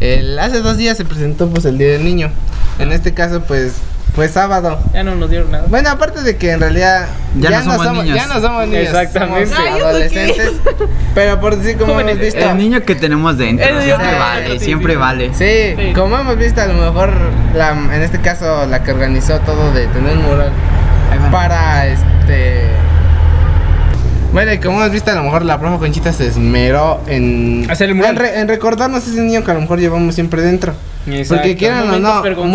Speaker 1: El, hace dos días se presentó pues el Día del Niño. En este caso pues fue sábado.
Speaker 3: Ya no nos dieron nada.
Speaker 1: Bueno, aparte de que en realidad
Speaker 5: Ya no somos niños.
Speaker 1: ya no somos niños,
Speaker 4: Exactamente.
Speaker 1: somos
Speaker 3: Ay, ¿eso qué?
Speaker 1: adolescentes. pero por decir como hemos
Speaker 3: Jóvenes.
Speaker 1: visto,
Speaker 5: El niño que tenemos dentro
Speaker 3: El niño
Speaker 5: siempre
Speaker 1: que-
Speaker 5: vale,
Speaker 3: sí,
Speaker 5: siempre
Speaker 3: sí.
Speaker 5: vale.
Speaker 1: sí,
Speaker 3: Sí.
Speaker 1: como hemos visto a lo mejor la, en este caso la que organizó todo de tener un mural
Speaker 5: Ahí va.
Speaker 1: para este bueno, y como hemos visto, a lo mejor la profe Conchita se esmeró en,
Speaker 4: Hacer el mural.
Speaker 1: en, re- en recordarnos ese niño que a lo mejor llevamos siempre dentro.
Speaker 4: Exacto.
Speaker 1: Porque quieran o
Speaker 4: Momentos
Speaker 1: no,
Speaker 4: vergonzosos.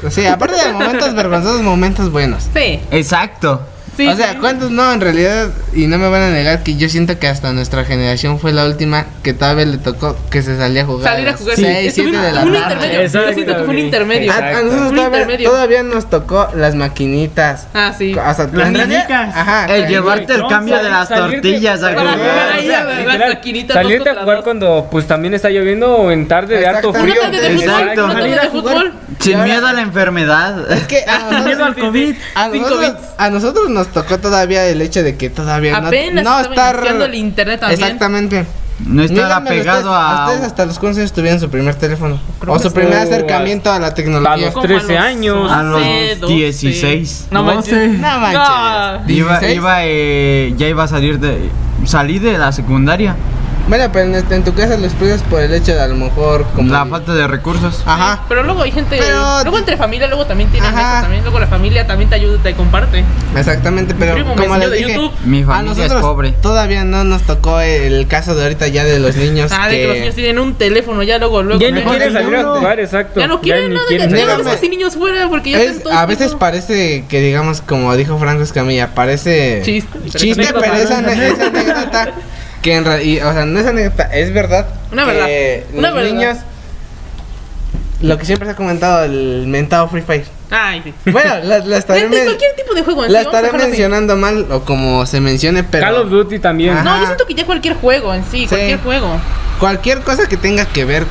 Speaker 1: muchos, sí, aparte de momentos vergonzosos, momentos buenos.
Speaker 3: Sí.
Speaker 5: Exacto.
Speaker 3: sí
Speaker 1: o sea,
Speaker 3: sí.
Speaker 1: ¿cuántos no? En realidad, y no me van a negar que yo siento que hasta nuestra generación fue la última que tal vez le tocó que se salía a jugar.
Speaker 3: Salir a jugar.
Speaker 1: Sí, 6, 7
Speaker 3: Estuvimos-
Speaker 1: de la
Speaker 3: un
Speaker 1: tarde.
Speaker 3: intermedio. Yo siento que fue un intermedio.
Speaker 1: A- A,
Speaker 4: Exacto.
Speaker 1: nosotros
Speaker 3: Un
Speaker 1: Ah, todavía,
Speaker 3: intermedio.
Speaker 1: todavía nos tocó las maquinitas.
Speaker 3: Ah, sí.
Speaker 1: O sea,
Speaker 2: Las
Speaker 1: en realidad-
Speaker 2: canicas.
Speaker 1: Ajá.
Speaker 5: El llevarte el
Speaker 2: Entonces,
Speaker 5: cambio de las
Speaker 4: salirte-
Speaker 5: tortillas a
Speaker 4: Para
Speaker 3: jugar
Speaker 5: jugar.
Speaker 3: ahí
Speaker 4: O sea,
Speaker 3: a las
Speaker 4: literal,
Speaker 3: maquinitas dos
Speaker 4: Salirte a
Speaker 3: contra
Speaker 4: jugar
Speaker 3: dos.
Speaker 4: cuando pues también está lloviendo o en tarde de harto
Speaker 1: Exactamente.
Speaker 4: frío.
Speaker 3: Una tarde de fútbol,
Speaker 5: Exacto.
Speaker 3: una tarde
Speaker 1: Salir a
Speaker 3: de
Speaker 1: jugar.
Speaker 3: fútbol.
Speaker 1: Y
Speaker 5: Sin
Speaker 1: ahora-
Speaker 5: miedo a la enfermedad.
Speaker 1: Es que a
Speaker 2: Miedo
Speaker 1: nosotros,
Speaker 2: al COVID.
Speaker 1: a
Speaker 3: Cinco
Speaker 1: nosotros-
Speaker 3: bits.
Speaker 1: a nosotros nos tocó todavía el hecho de que todavía no-
Speaker 3: Apenas
Speaker 1: no,
Speaker 3: estaba iniciando
Speaker 1: estar
Speaker 3: el internet también.
Speaker 1: Exactamente.
Speaker 5: No estar
Speaker 1: Díganme,
Speaker 5: apegado
Speaker 1: ustedes-
Speaker 5: a.
Speaker 1: Ustedes hasta los 15 años tuvieron su primer teléfono.
Speaker 4: Creo
Speaker 1: o
Speaker 4: que
Speaker 1: su primer
Speaker 4: sí.
Speaker 1: acercamiento a la
Speaker 4: A
Speaker 1: tecnología.
Speaker 4: los
Speaker 3: Como a
Speaker 4: 13
Speaker 3: los
Speaker 4: años.
Speaker 5: A los
Speaker 3: 12.
Speaker 5: 16.
Speaker 3: No manches.
Speaker 1: No manches.
Speaker 5: Iba,
Speaker 1: 16.
Speaker 5: iba, eh, ya iba a salir de. Salí de la secundaria.
Speaker 1: Bueno, pero en, este- en tu casa lo explicas por el hecho de a lo mejor como.
Speaker 5: La falta de
Speaker 3: Ah,
Speaker 5: recursos.
Speaker 1: Ajá.
Speaker 3: Pero luego hay gente.
Speaker 1: Pero-
Speaker 3: Luego entre familia, luego también tienen
Speaker 1: Ajá.
Speaker 3: eso. También, luego la familia también te ayuda, te comparte.
Speaker 1: Exactamente, pero
Speaker 3: primo me
Speaker 1: como
Speaker 3: enseñó
Speaker 1: les
Speaker 3: de
Speaker 1: dije,
Speaker 3: YouTube.
Speaker 5: Mi
Speaker 1: a
Speaker 5: familia es
Speaker 1: nosotros
Speaker 5: pobre.
Speaker 1: todavía no nos tocó el caso de ahorita ya de los niños
Speaker 3: Ah, de que los niños
Speaker 1: que
Speaker 3: tienen un teléfono, ya luego, luego.
Speaker 4: Ya ni
Speaker 3: ya-
Speaker 4: quieren salir a
Speaker 1: uno.
Speaker 4: jugar, exacto.
Speaker 3: Ya no quieren
Speaker 4: ni
Speaker 3: nada, ya
Speaker 4: quieren
Speaker 3: ya
Speaker 4: salir a
Speaker 3: dejamos
Speaker 1: Dígame.
Speaker 3: así niños fuera porque ya
Speaker 1: es,
Speaker 3: están todos.
Speaker 1: a veces
Speaker 3: como-
Speaker 1: parece que digamos como dijo Franco Escamilla, parece
Speaker 3: Chiste, pero
Speaker 1: chiste,
Speaker 3: es anécdota,
Speaker 1: pero
Speaker 3: ¿no?
Speaker 1: esa ane- esa anécdota que en realidad, o sea, no es anécdota, es verdad.
Speaker 3: Una
Speaker 1: que
Speaker 3: verdad, una
Speaker 1: los
Speaker 3: verdad.
Speaker 1: niños lo que siempre se ha comentado el mentado Free Fire.
Speaker 3: Ay, sí.
Speaker 1: Bueno, la, la estaré,
Speaker 3: Gente,
Speaker 1: men-
Speaker 3: cualquier tipo de juego. en
Speaker 1: la
Speaker 3: sí, vamos
Speaker 1: estaré
Speaker 3: a dejarlo así.
Speaker 1: mencionando mal o como se mencione, pero
Speaker 4: Call of Duty también.
Speaker 1: Ajá.
Speaker 3: No, yo siento que ya cualquier juego en sí, cualquier juego.
Speaker 1: cualquier cosa que tenga que ver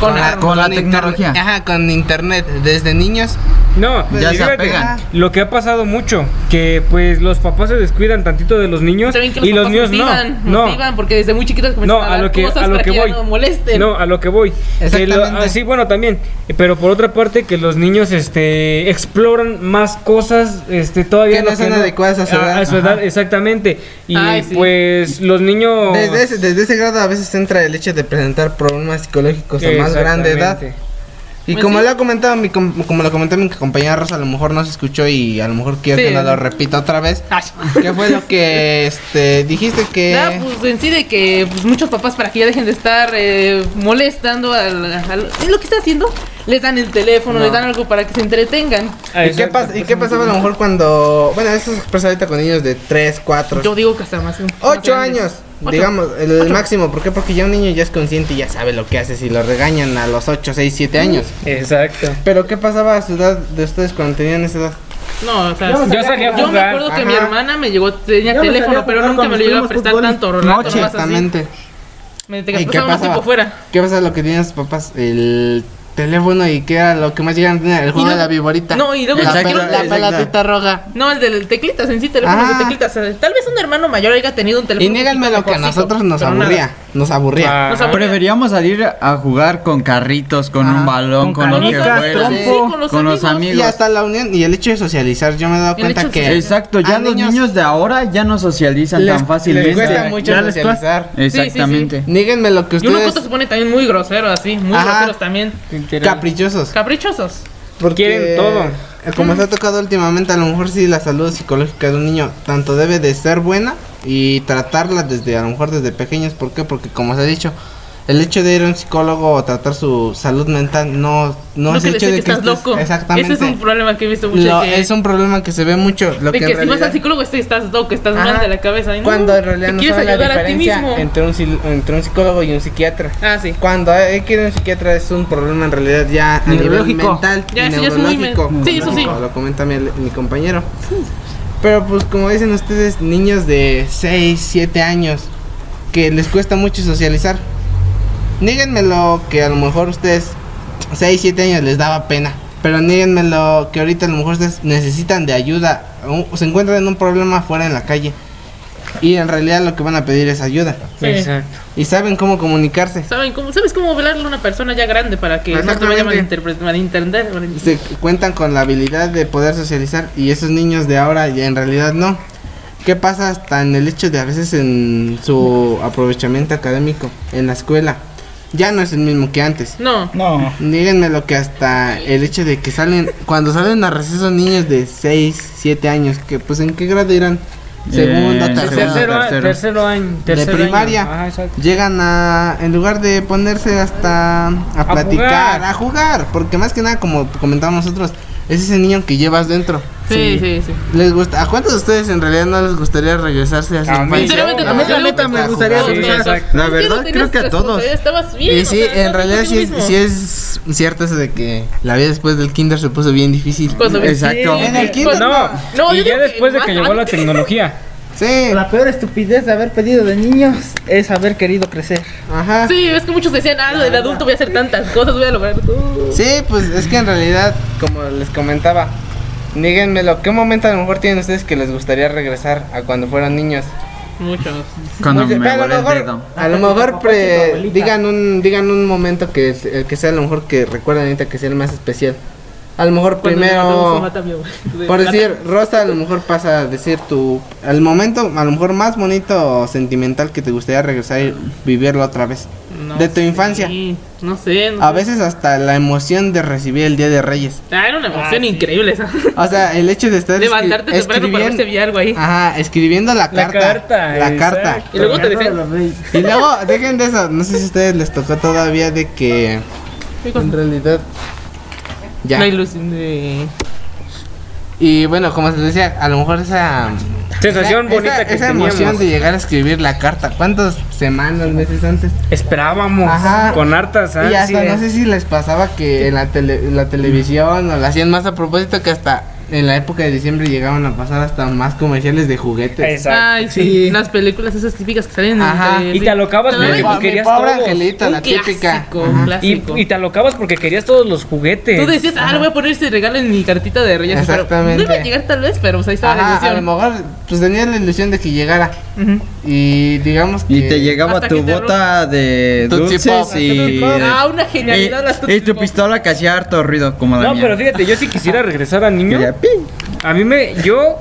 Speaker 3: Con
Speaker 1: la,
Speaker 5: armas. Con la
Speaker 1: internet-
Speaker 5: tecnología.
Speaker 1: ajá, con internet desde niños.
Speaker 4: No,
Speaker 5: Ya se
Speaker 4: fíjate,
Speaker 5: apegan.
Speaker 4: Lo que ha pasado mucho, que pues los papás se descuidan tantito de los niños
Speaker 3: Saben que
Speaker 4: y los
Speaker 3: papás
Speaker 4: niños
Speaker 3: motivan,
Speaker 4: no.
Speaker 3: motivan porque desde muy chiquitos
Speaker 4: no,
Speaker 3: comienzan
Speaker 4: no,
Speaker 3: a,
Speaker 4: a
Speaker 3: dar
Speaker 4: lo que
Speaker 3: cosas
Speaker 4: a lo
Speaker 3: para
Speaker 4: que
Speaker 3: ya
Speaker 4: voy.
Speaker 3: no molesten.
Speaker 4: No, a lo que voy. Que lo-
Speaker 1: Exactamente.
Speaker 4: ah, sí, bueno, también, pero por otra parte que los niños este exploran más cosas este todavía
Speaker 1: Que no son adecuadas a su edad.
Speaker 4: A, su edad, exactamente. Y
Speaker 3: Ay, sí.
Speaker 4: pues los niños
Speaker 1: Desde ese, desde ese grado a veces entra el hecho de presentar problemas psicológicos a más grande edad.
Speaker 4: Exactamente.
Speaker 1: Y
Speaker 3: Pues
Speaker 1: como
Speaker 3: sí.
Speaker 1: lo ha comentado mi com- como lo comentó mi compañera Rosa, a lo mejor no se escuchó y a lo mejor quiero que
Speaker 3: Sí.
Speaker 1: no lo repita otra vez.
Speaker 3: Ay.
Speaker 1: ¿Qué fue lo que este dijiste que
Speaker 3: Nada, pues en sí de que pues, muchos papás para que ya dejen de estar eh, molestando al, al- ¿sí lo que está haciendo, les dan el teléfono, les dan algo para que se entretengan.
Speaker 4: Ah,
Speaker 1: ¿Y qué,
Speaker 4: exacto.
Speaker 1: pas- ¿Y qué pasaba a lo mejor cuando... Bueno, eso se expresa ahorita con niños de 3, 4,
Speaker 3: Yo digo que hasta más. más
Speaker 1: 8
Speaker 3: grandes.
Speaker 1: años,
Speaker 3: Ocho.
Speaker 1: digamos, el
Speaker 3: Ocho.
Speaker 1: máximo. ¿Por qué? Porque ya un niño ya es consciente y ya sabe lo que hace si lo regañan a los 8, 6, 7 años.
Speaker 4: Exacto.
Speaker 1: Pero ¿qué pasaba a su edad de ustedes cuando tenían esa edad?
Speaker 3: No, o sea,
Speaker 4: Yo salía a
Speaker 3: Yo me
Speaker 4: jugar.
Speaker 3: acuerdo que mi
Speaker 1: Ajá.
Speaker 3: hermana me llegó, tenía
Speaker 2: Yo me salía a
Speaker 3: teléfono,
Speaker 2: jugar
Speaker 3: pero
Speaker 2: con
Speaker 3: nunca me
Speaker 2: mis
Speaker 3: lo iba a
Speaker 2: primos
Speaker 3: prestar
Speaker 2: futbol.
Speaker 3: tanto, Ronaldo.
Speaker 5: Noche,
Speaker 3: nomás así.
Speaker 1: Exactamente.
Speaker 3: Me
Speaker 1: ¿Y
Speaker 3: te
Speaker 1: qué
Speaker 3: pasaba más
Speaker 1: pasaba?
Speaker 3: tiempo fuera.
Speaker 1: ¿Qué pasaba lo que tenían sus papás? El teléfono y qué era lo que más llegaban a tener, el juego
Speaker 3: no-
Speaker 1: de la viborita.
Speaker 3: no, y luego
Speaker 1: la,
Speaker 3: ni
Speaker 1: pel-
Speaker 3: siquiera-
Speaker 1: la
Speaker 5: exacto.
Speaker 1: pelotita roja.
Speaker 3: No, el del teclitas en sí, teléfonos
Speaker 1: Ah.
Speaker 3: de teclitas. Tal vez un hermano mayor haya tenido un teléfono.
Speaker 1: Y
Speaker 3: un poquito
Speaker 1: níganme lo que a
Speaker 3: mejorcito,
Speaker 1: nosotros nos
Speaker 3: pero nada.
Speaker 1: aburría. nos aburría.
Speaker 4: Ah,
Speaker 3: O sea,
Speaker 5: Preferíamos salir a jugar con carritos, con
Speaker 1: Ajá,
Speaker 5: un balón,
Speaker 2: con
Speaker 5: con, lo que
Speaker 2: canicas,
Speaker 5: fuera.
Speaker 1: trompo,
Speaker 5: Sí,
Speaker 3: con los
Speaker 5: con los
Speaker 1: Y
Speaker 5: amigos.
Speaker 1: hasta la unión y el hecho de socializar, yo me he dado
Speaker 3: El
Speaker 1: cuenta
Speaker 3: hecho
Speaker 1: que.
Speaker 3: de-
Speaker 5: Exacto, ya
Speaker 1: a
Speaker 5: los niños, de ahora ya no socializan
Speaker 1: les,
Speaker 5: tan fácilmente.
Speaker 1: les cuesta mucho
Speaker 2: Ya les cuesta.
Speaker 1: socializar.
Speaker 5: Exactamente.
Speaker 1: Díganme lo que
Speaker 3: Y uno que
Speaker 1: ustedes
Speaker 3: otro se pone también muy grosero, así, muy
Speaker 1: Ajá.
Speaker 3: groseros también.
Speaker 1: caprichosos.
Speaker 3: Caprichosos.
Speaker 1: Porque,
Speaker 4: Quieren todo.
Speaker 1: eh, Como se ha tocado últimamente, a lo mejor sí la salud psicológica de un niño tanto debe de ser buena y tratarla desde, a lo mejor desde pequeños. ¿Por qué? Porque como se ha dicho, el hecho de ir a un psicólogo o tratar su salud mental no, no,
Speaker 3: No,
Speaker 1: es
Speaker 3: que
Speaker 1: el
Speaker 3: decir
Speaker 1: hecho
Speaker 3: que,
Speaker 1: de que,
Speaker 3: estás
Speaker 1: estés-
Speaker 3: loco.
Speaker 1: Exactamente.
Speaker 3: Ese es un problema que he visto mucho.
Speaker 1: Lo-
Speaker 3: que,
Speaker 1: es un problema que se ve mucho. Lo
Speaker 3: de
Speaker 1: que, en
Speaker 3: que, si vas
Speaker 1: realidad-
Speaker 3: al psicólogo este, estás loco, estás
Speaker 1: Ajá.
Speaker 3: mal de la cabeza. y no,
Speaker 1: cuando en realidad
Speaker 3: te
Speaker 1: no
Speaker 3: quieres
Speaker 1: sabe la
Speaker 3: ayudar a ti
Speaker 1: diferencia
Speaker 3: mismo.
Speaker 1: entre un, sil- entre un psicólogo y un psiquiatra.
Speaker 3: Ah, sí.
Speaker 1: Cuando hay que ir a un psiquiatra es un problema en realidad ya a nivel
Speaker 2: Neurológico.
Speaker 1: mental
Speaker 3: Ya,
Speaker 1: y
Speaker 3: eso ya es muy
Speaker 1: neurológico.
Speaker 3: men- sí, eso sí.
Speaker 1: Lo comenta mi, mi compañero. Pero pues como dicen ustedes, niños de 6, 7 años que les cuesta mucho socializar. Níganmelo que a lo mejor ustedes 6, 7 años les daba pena. Pero níganmelo que ahorita a lo mejor ustedes necesitan de ayuda o se encuentran en un problema fuera en la calle. Y en realidad lo que van a pedir es ayuda.
Speaker 3: Sí.
Speaker 4: Exacto.
Speaker 1: Y saben cómo comunicarse.
Speaker 3: ¿Saben cómo, ¿Sabes cómo velarle a una persona ya grande para que no te vaya a
Speaker 1: Exactamente.
Speaker 3: malinterpre- malentender? malent-
Speaker 1: se cuentan con la habilidad de poder socializar y esos niños de ahora ya en realidad no. ¿Qué pasa hasta en el hecho de a veces en su aprovechamiento académico en la escuela? Ya no es el mismo que antes.
Speaker 3: No.
Speaker 2: No.
Speaker 1: Díganme lo que hasta el hecho de que salen, cuando salen a receso niños de 6, 7 años, que pues en qué grado irán, segundo,
Speaker 5: Eh,
Speaker 1: tercero,
Speaker 4: Tercero, a-
Speaker 5: tercero.
Speaker 4: tercero año. tercer año.
Speaker 1: primaria.
Speaker 4: Ah, exacto.
Speaker 1: llegan a, en lugar de ponerse hasta a platicar,
Speaker 4: jugar.
Speaker 1: a jugar, porque más que nada como comentábamos nosotros, es ese niño que llevas dentro.
Speaker 3: Sí, sí, sí.
Speaker 1: ¿Les gusta? ¿A cuántos de ustedes en realidad no les gustaría regresarse a su
Speaker 4: A mí.
Speaker 1: infancia?
Speaker 3: Sinceramente,
Speaker 4: A mí
Speaker 3: como
Speaker 2: la
Speaker 3: que
Speaker 2: neta
Speaker 3: luego
Speaker 2: me
Speaker 3: estás
Speaker 2: gustaría
Speaker 3: jugando,
Speaker 4: hacer
Speaker 3: o sea,
Speaker 4: eso.
Speaker 5: La
Speaker 3: es que
Speaker 5: verdad,
Speaker 3: no tenías
Speaker 5: creo que a todos.
Speaker 3: responsabilidad, Estabas bien.
Speaker 1: Y
Speaker 3: o
Speaker 1: sí,
Speaker 3: sea,
Speaker 1: en
Speaker 3: no
Speaker 1: realidad sí
Speaker 3: contigo
Speaker 1: es,
Speaker 3: mismo.
Speaker 1: sí es cierto eso de que la vida después del kinder se puso bien difícil.
Speaker 3: Cuando ves-
Speaker 5: Exacto.
Speaker 3: Sí,
Speaker 1: En el
Speaker 3: sí.
Speaker 1: kinder,
Speaker 3: Cuando-
Speaker 4: No,
Speaker 3: Pues No, yo
Speaker 4: y ya
Speaker 3: digo que
Speaker 4: después de
Speaker 3: más
Speaker 4: que llegó la
Speaker 3: antes.
Speaker 4: tecnología.
Speaker 1: Sí,
Speaker 2: La peor estupidez de haber pedido de niños es haber querido crecer.
Speaker 1: ajá.
Speaker 3: Sí, es que muchos decían, ah, del adulto voy a hacer tantas cosas, voy a lograr todo.
Speaker 1: Sí, pues es que en realidad, como les comentaba, díganmelo, ¿qué momento a lo mejor tienen ustedes que les gustaría regresar a cuando fueron niños?
Speaker 3: Muchos.
Speaker 5: Cuando
Speaker 1: Pues,
Speaker 5: me
Speaker 1: pero a
Speaker 5: volé
Speaker 1: lo
Speaker 5: el
Speaker 1: mejor,
Speaker 5: dedo.
Speaker 1: a lo mejor pre- digan, un, digan un momento que, es- el que sea a lo mejor que recuerden ahorita que sea el más especial. A lo mejor
Speaker 3: Cuando
Speaker 1: primero...
Speaker 3: mi mamá se mata, mi abuelo.
Speaker 1: Por decir, Rosa a lo mejor pasa a decir tu... Al momento, a lo mejor más bonito o sentimental que te gustaría regresar y vivirlo otra vez.
Speaker 3: No
Speaker 1: de tu
Speaker 3: sé,
Speaker 1: infancia.
Speaker 3: No sé. no
Speaker 1: A
Speaker 3: sé.
Speaker 1: veces hasta la emoción de recibir el Día de Reyes.
Speaker 3: Ah, era una emoción increíble esa.
Speaker 1: O sea, el hecho de estar escri-
Speaker 3: Levantarte temprano para ver si había algo ahí.
Speaker 1: Ajá, escribiendo la carta.
Speaker 4: carta,
Speaker 1: la carta.
Speaker 4: exacto.
Speaker 3: Y luego te
Speaker 2: Pero
Speaker 3: decían,
Speaker 2: lo vi.
Speaker 1: Y luego, dejen de eso. No sé si a ustedes les tocó todavía de que...
Speaker 3: ¿qué cosa?
Speaker 1: En realidad... Ya.
Speaker 3: la ilusión de...
Speaker 1: Y bueno, como se decía, a lo mejor esa...
Speaker 4: Sensación
Speaker 1: esa-
Speaker 4: bonita que
Speaker 1: esa
Speaker 4: teníamos.
Speaker 1: emoción de llegar a escribir la carta. ¿Cuántas semanas, meses antes?
Speaker 4: Esperábamos
Speaker 1: Ajá.
Speaker 4: con hartas
Speaker 1: Y hasta no
Speaker 4: ansias.
Speaker 1: sé si les pasaba que en la, tele- en la televisión o la hacían más a propósito que hasta en la época de diciembre llegaban a pasar hasta más comerciales de juguetes.
Speaker 4: Exacto.
Speaker 3: Ay, sí. Las películas esas típicas que salen
Speaker 1: Ajá.
Speaker 3: entre-
Speaker 4: Y te alocabas
Speaker 1: Mi
Speaker 3: Ay,
Speaker 4: porque pues,
Speaker 1: pa- mi
Speaker 4: querías
Speaker 1: pobre
Speaker 4: todos.
Speaker 1: angelito,
Speaker 3: un
Speaker 1: la típica.
Speaker 3: clásico, un
Speaker 1: Ajá.
Speaker 4: Y,
Speaker 3: clásico.
Speaker 4: y te alocabas porque querías todos los juguetes.
Speaker 3: Tú decías, ah, le voy a poner este regalo en mi cartita de reyes. pero
Speaker 1: Exactamente.
Speaker 3: No iba a llegar tal vez, pero pues ahí estaba
Speaker 1: Ajá, a
Speaker 3: la
Speaker 1: lo
Speaker 3: ilusión.
Speaker 1: mejor pues tenía la ilusión de que llegara.
Speaker 3: Ujú.
Speaker 1: Y digamos que.
Speaker 5: Y te llegaba
Speaker 3: Hasta
Speaker 5: tu
Speaker 3: que te
Speaker 5: bota de
Speaker 1: Tootsie
Speaker 5: dulces
Speaker 1: Pop.
Speaker 5: y...
Speaker 3: Ah, una
Speaker 5: y-
Speaker 3: genialidad las
Speaker 5: y,
Speaker 3: Tootsie
Speaker 5: tu
Speaker 3: Pop.
Speaker 5: pistola que hacía harto ruido, como la
Speaker 4: No,
Speaker 5: mía.
Speaker 4: pero fíjate, yo sí quisiera regresar a niño.
Speaker 5: Quería, ¡ping!
Speaker 4: A mí me. Yo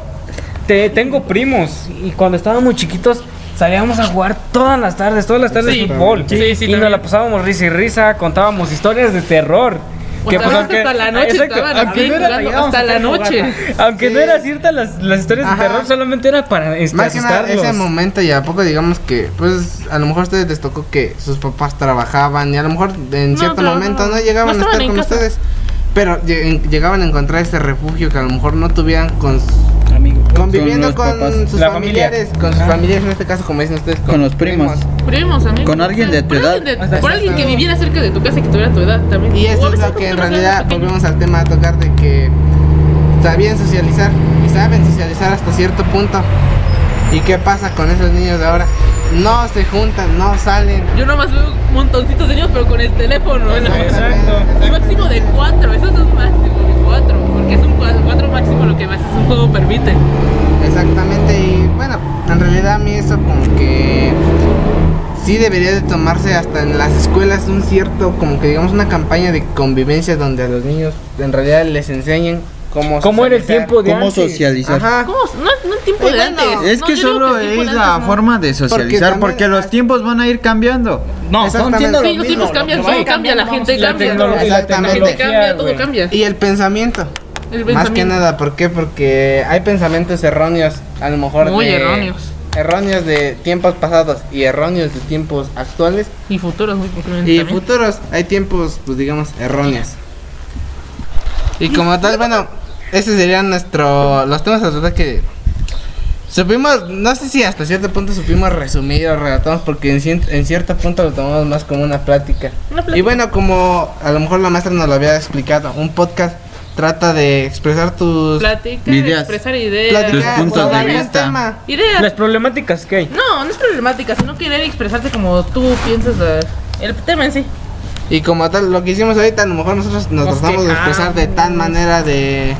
Speaker 4: te, tengo primos. Y cuando estábamos chiquitos. Salíamos a jugar todas las tardes, todas las tardes
Speaker 3: Sí.
Speaker 4: fútbol.
Speaker 3: Sí, sí,
Speaker 4: y nos
Speaker 3: también.
Speaker 4: la pasábamos risa y risa, contábamos historias de terror. pues,
Speaker 3: O sea, a veces hasta la noche
Speaker 4: Exacto,
Speaker 3: estaban
Speaker 4: aunque
Speaker 3: así
Speaker 4: no era-
Speaker 3: jugando, hasta la noche.
Speaker 4: Aunque no era cierta las, las historias
Speaker 1: Ajá.
Speaker 4: de terror, solamente era para este,
Speaker 1: Más que nada,
Speaker 4: asustarlos.
Speaker 1: ese momento y a poco digamos que, pues, a lo mejor a ustedes les tocó que sus papás trabajaban y a lo mejor en
Speaker 3: No,
Speaker 1: cierto
Speaker 3: trabajaban.
Speaker 1: momento no llegaban a
Speaker 3: No
Speaker 1: estar
Speaker 3: estaban en
Speaker 1: con
Speaker 3: casa.
Speaker 1: ustedes. Pero lleg- llegaban a encontrar ese refugio que a lo mejor no tuvieran con s-
Speaker 2: Amigo.
Speaker 1: conviviendo
Speaker 5: los
Speaker 1: con,
Speaker 5: papás.
Speaker 1: sus
Speaker 4: La familia.
Speaker 1: familiares, con sus familiares en este caso, como dicen ustedes,
Speaker 5: Con los
Speaker 1: sus
Speaker 5: primos.
Speaker 3: Primos, amigos.
Speaker 5: Con alguien de tu
Speaker 3: Por
Speaker 5: edad.
Speaker 3: alguien de- por alguien que viviera cerca de tu casa y que tuviera tu edad también.
Speaker 1: Y
Speaker 3: O a
Speaker 1: eso es
Speaker 3: veces
Speaker 1: lo que en
Speaker 3: cuando eras
Speaker 1: realidad
Speaker 3: pequeño.
Speaker 1: volvemos al tema a tocar de que sabían socializar y saben socializar hasta cierto punto. ¿Y qué pasa con esos niños de ahora? No se juntan, no salen.
Speaker 3: Yo nomás veo montoncitos de niños, pero con el teléfono. en la mano.
Speaker 4: Exacto.
Speaker 3: Y máximo de cuatro, eso es un máximo de cuatro, porque es un cua- cuatro máximo lo que más es un juego permite.
Speaker 1: Exactamente, y bueno, en realidad a mí eso como que sí debería de tomarse hasta en las escuelas un cierto, como que digamos una campaña de convivencia donde a los niños en realidad les enseñen cómo
Speaker 4: ¿Cómo era el
Speaker 1: socializar.
Speaker 4: tiempo de
Speaker 5: ¿Cómo
Speaker 4: antes?
Speaker 5: socializar?
Speaker 1: Ajá.
Speaker 3: ¿Cómo? No, no el tiempo
Speaker 1: Eh,
Speaker 3: de
Speaker 1: bueno,
Speaker 3: antes.
Speaker 5: Es
Speaker 3: No,
Speaker 5: que
Speaker 3: yo digo
Speaker 5: solo
Speaker 3: el tiempo
Speaker 5: es
Speaker 3: de
Speaker 5: la
Speaker 3: antes, no.
Speaker 5: forma de socializar
Speaker 1: también
Speaker 5: porque los
Speaker 1: hay-
Speaker 5: tiempos van a ir cambiando.
Speaker 6: No, son
Speaker 1: Exactamente.
Speaker 6: siendo lo
Speaker 1: Sí,
Speaker 3: Sí,
Speaker 6: mismo,
Speaker 3: los tiempos
Speaker 6: lo
Speaker 3: cambian,
Speaker 6: que
Speaker 3: todo
Speaker 6: va
Speaker 3: cambia, la
Speaker 6: cambiando,
Speaker 3: gente
Speaker 6: vamos
Speaker 4: La
Speaker 3: cambia.
Speaker 4: tecnología,
Speaker 3: La gente
Speaker 1: Exactamente.
Speaker 3: cambia, todo
Speaker 4: güey.
Speaker 3: cambia.
Speaker 1: Y el pensamiento.
Speaker 3: El
Speaker 1: Más que
Speaker 3: pensamiento.
Speaker 1: nada, ¿por qué? Porque hay pensamientos erróneos, a lo mejor
Speaker 3: Muy
Speaker 1: de-
Speaker 3: erróneos.
Speaker 1: Erróneos de tiempos pasados y erróneos de tiempos actuales
Speaker 3: Y futuros, muy probablemente
Speaker 1: y
Speaker 3: también.
Speaker 1: futuros. Hay tiempos, pues digamos, erróneos. Y como tal, bueno, esos serían nuestro los temas a tratar que supimos, no sé si hasta cierto punto supimos resumir o relatamos porque en, cien- en cierto punto lo tomamos más como una plática.
Speaker 3: Una plática.
Speaker 1: Y bueno, como a lo mejor la maestra nos lo había explicado, un podcast trata de expresar tus
Speaker 3: Platicar,
Speaker 5: Ideas.
Speaker 3: expresar ideas.
Speaker 5: Tus
Speaker 1: platicar,
Speaker 5: puntos de
Speaker 1: abordar el
Speaker 5: vista.
Speaker 1: tema.
Speaker 3: Ideas.
Speaker 4: Las problemáticas que hay.
Speaker 3: No, no es problemática, sino querer expresarte como tú piensas eh, el tema en sí.
Speaker 1: Y como tal, lo que hicimos ahorita, a lo mejor nosotros nos
Speaker 3: Nos
Speaker 1: tratamos de expresar de tal
Speaker 3: quejamos.
Speaker 1: manera de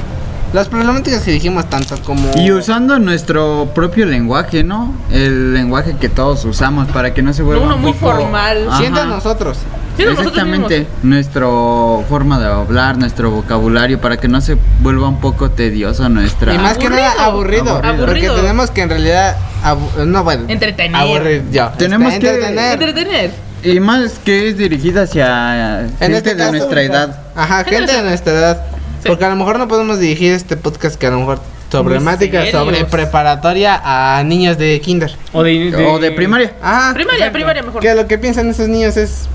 Speaker 1: las problemáticas que dijimos, tanto como.
Speaker 5: Y usando nuestro propio lenguaje, ¿no? El lenguaje que todos usamos para que no se vuelva
Speaker 3: Uno
Speaker 5: un
Speaker 3: muy
Speaker 5: poco-
Speaker 3: formal.
Speaker 5: Ajá.
Speaker 1: Sientan nosotros.
Speaker 3: Sí, nosotros
Speaker 5: Exactamente,
Speaker 3: mismos.
Speaker 5: nuestra forma de hablar, nuestro vocabulario, para que no se vuelva un poco tediosa nuestra...
Speaker 1: Y más que
Speaker 3: Aburrido.
Speaker 1: nada aburrido,
Speaker 3: Aburrido.
Speaker 1: Porque tenemos que en realidad. abu- no, bueno.
Speaker 3: Entretener.
Speaker 1: Aburrir ya.
Speaker 5: Tenemos
Speaker 1: Este,
Speaker 5: que-
Speaker 1: Entretener.
Speaker 3: Entretener.
Speaker 5: Y más que es dirigida hacia
Speaker 1: En
Speaker 5: gente
Speaker 1: este
Speaker 5: de
Speaker 1: caso,
Speaker 5: nuestra edad.
Speaker 1: Ajá, gente de nuestra edad.
Speaker 3: Sí.
Speaker 1: Porque a lo mejor no podemos dirigir este podcast que a lo mejor.
Speaker 3: Muy
Speaker 1: Problemática
Speaker 3: serios.
Speaker 1: sobre preparatoria a niños de kinder.
Speaker 4: O de,
Speaker 5: O de primaria.
Speaker 1: Ajá.
Speaker 3: Primaria, primaria mejor.
Speaker 1: Que lo que piensan esos niños es.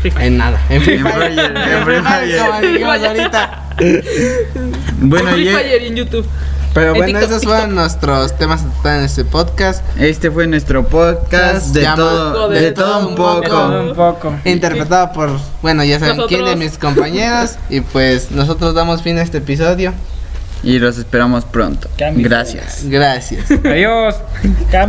Speaker 3: Free Fire.
Speaker 1: En nada. En Free
Speaker 5: En
Speaker 1: Fire.
Speaker 5: Braille, en Braille.
Speaker 1: Como dijimos ahorita.
Speaker 5: Bueno,
Speaker 3: Free
Speaker 5: y
Speaker 3: Fire en YouTube.
Speaker 1: Pero
Speaker 3: En
Speaker 1: bueno,
Speaker 3: TikTok,
Speaker 1: esos fueron nuestros temas que están en este podcast.
Speaker 5: este fue nuestro podcast de
Speaker 1: Llamado-
Speaker 5: todo, de, todo un poco.
Speaker 4: Todo un poco.
Speaker 1: Interpretado por, bueno, ya saben quién de
Speaker 3: Nosotros.
Speaker 1: mis compañeros. y pues nosotros damos fin a este episodio.
Speaker 5: Y los esperamos pronto.
Speaker 6: Cambio.
Speaker 5: Gracias.
Speaker 1: Gracias.
Speaker 4: Adiós.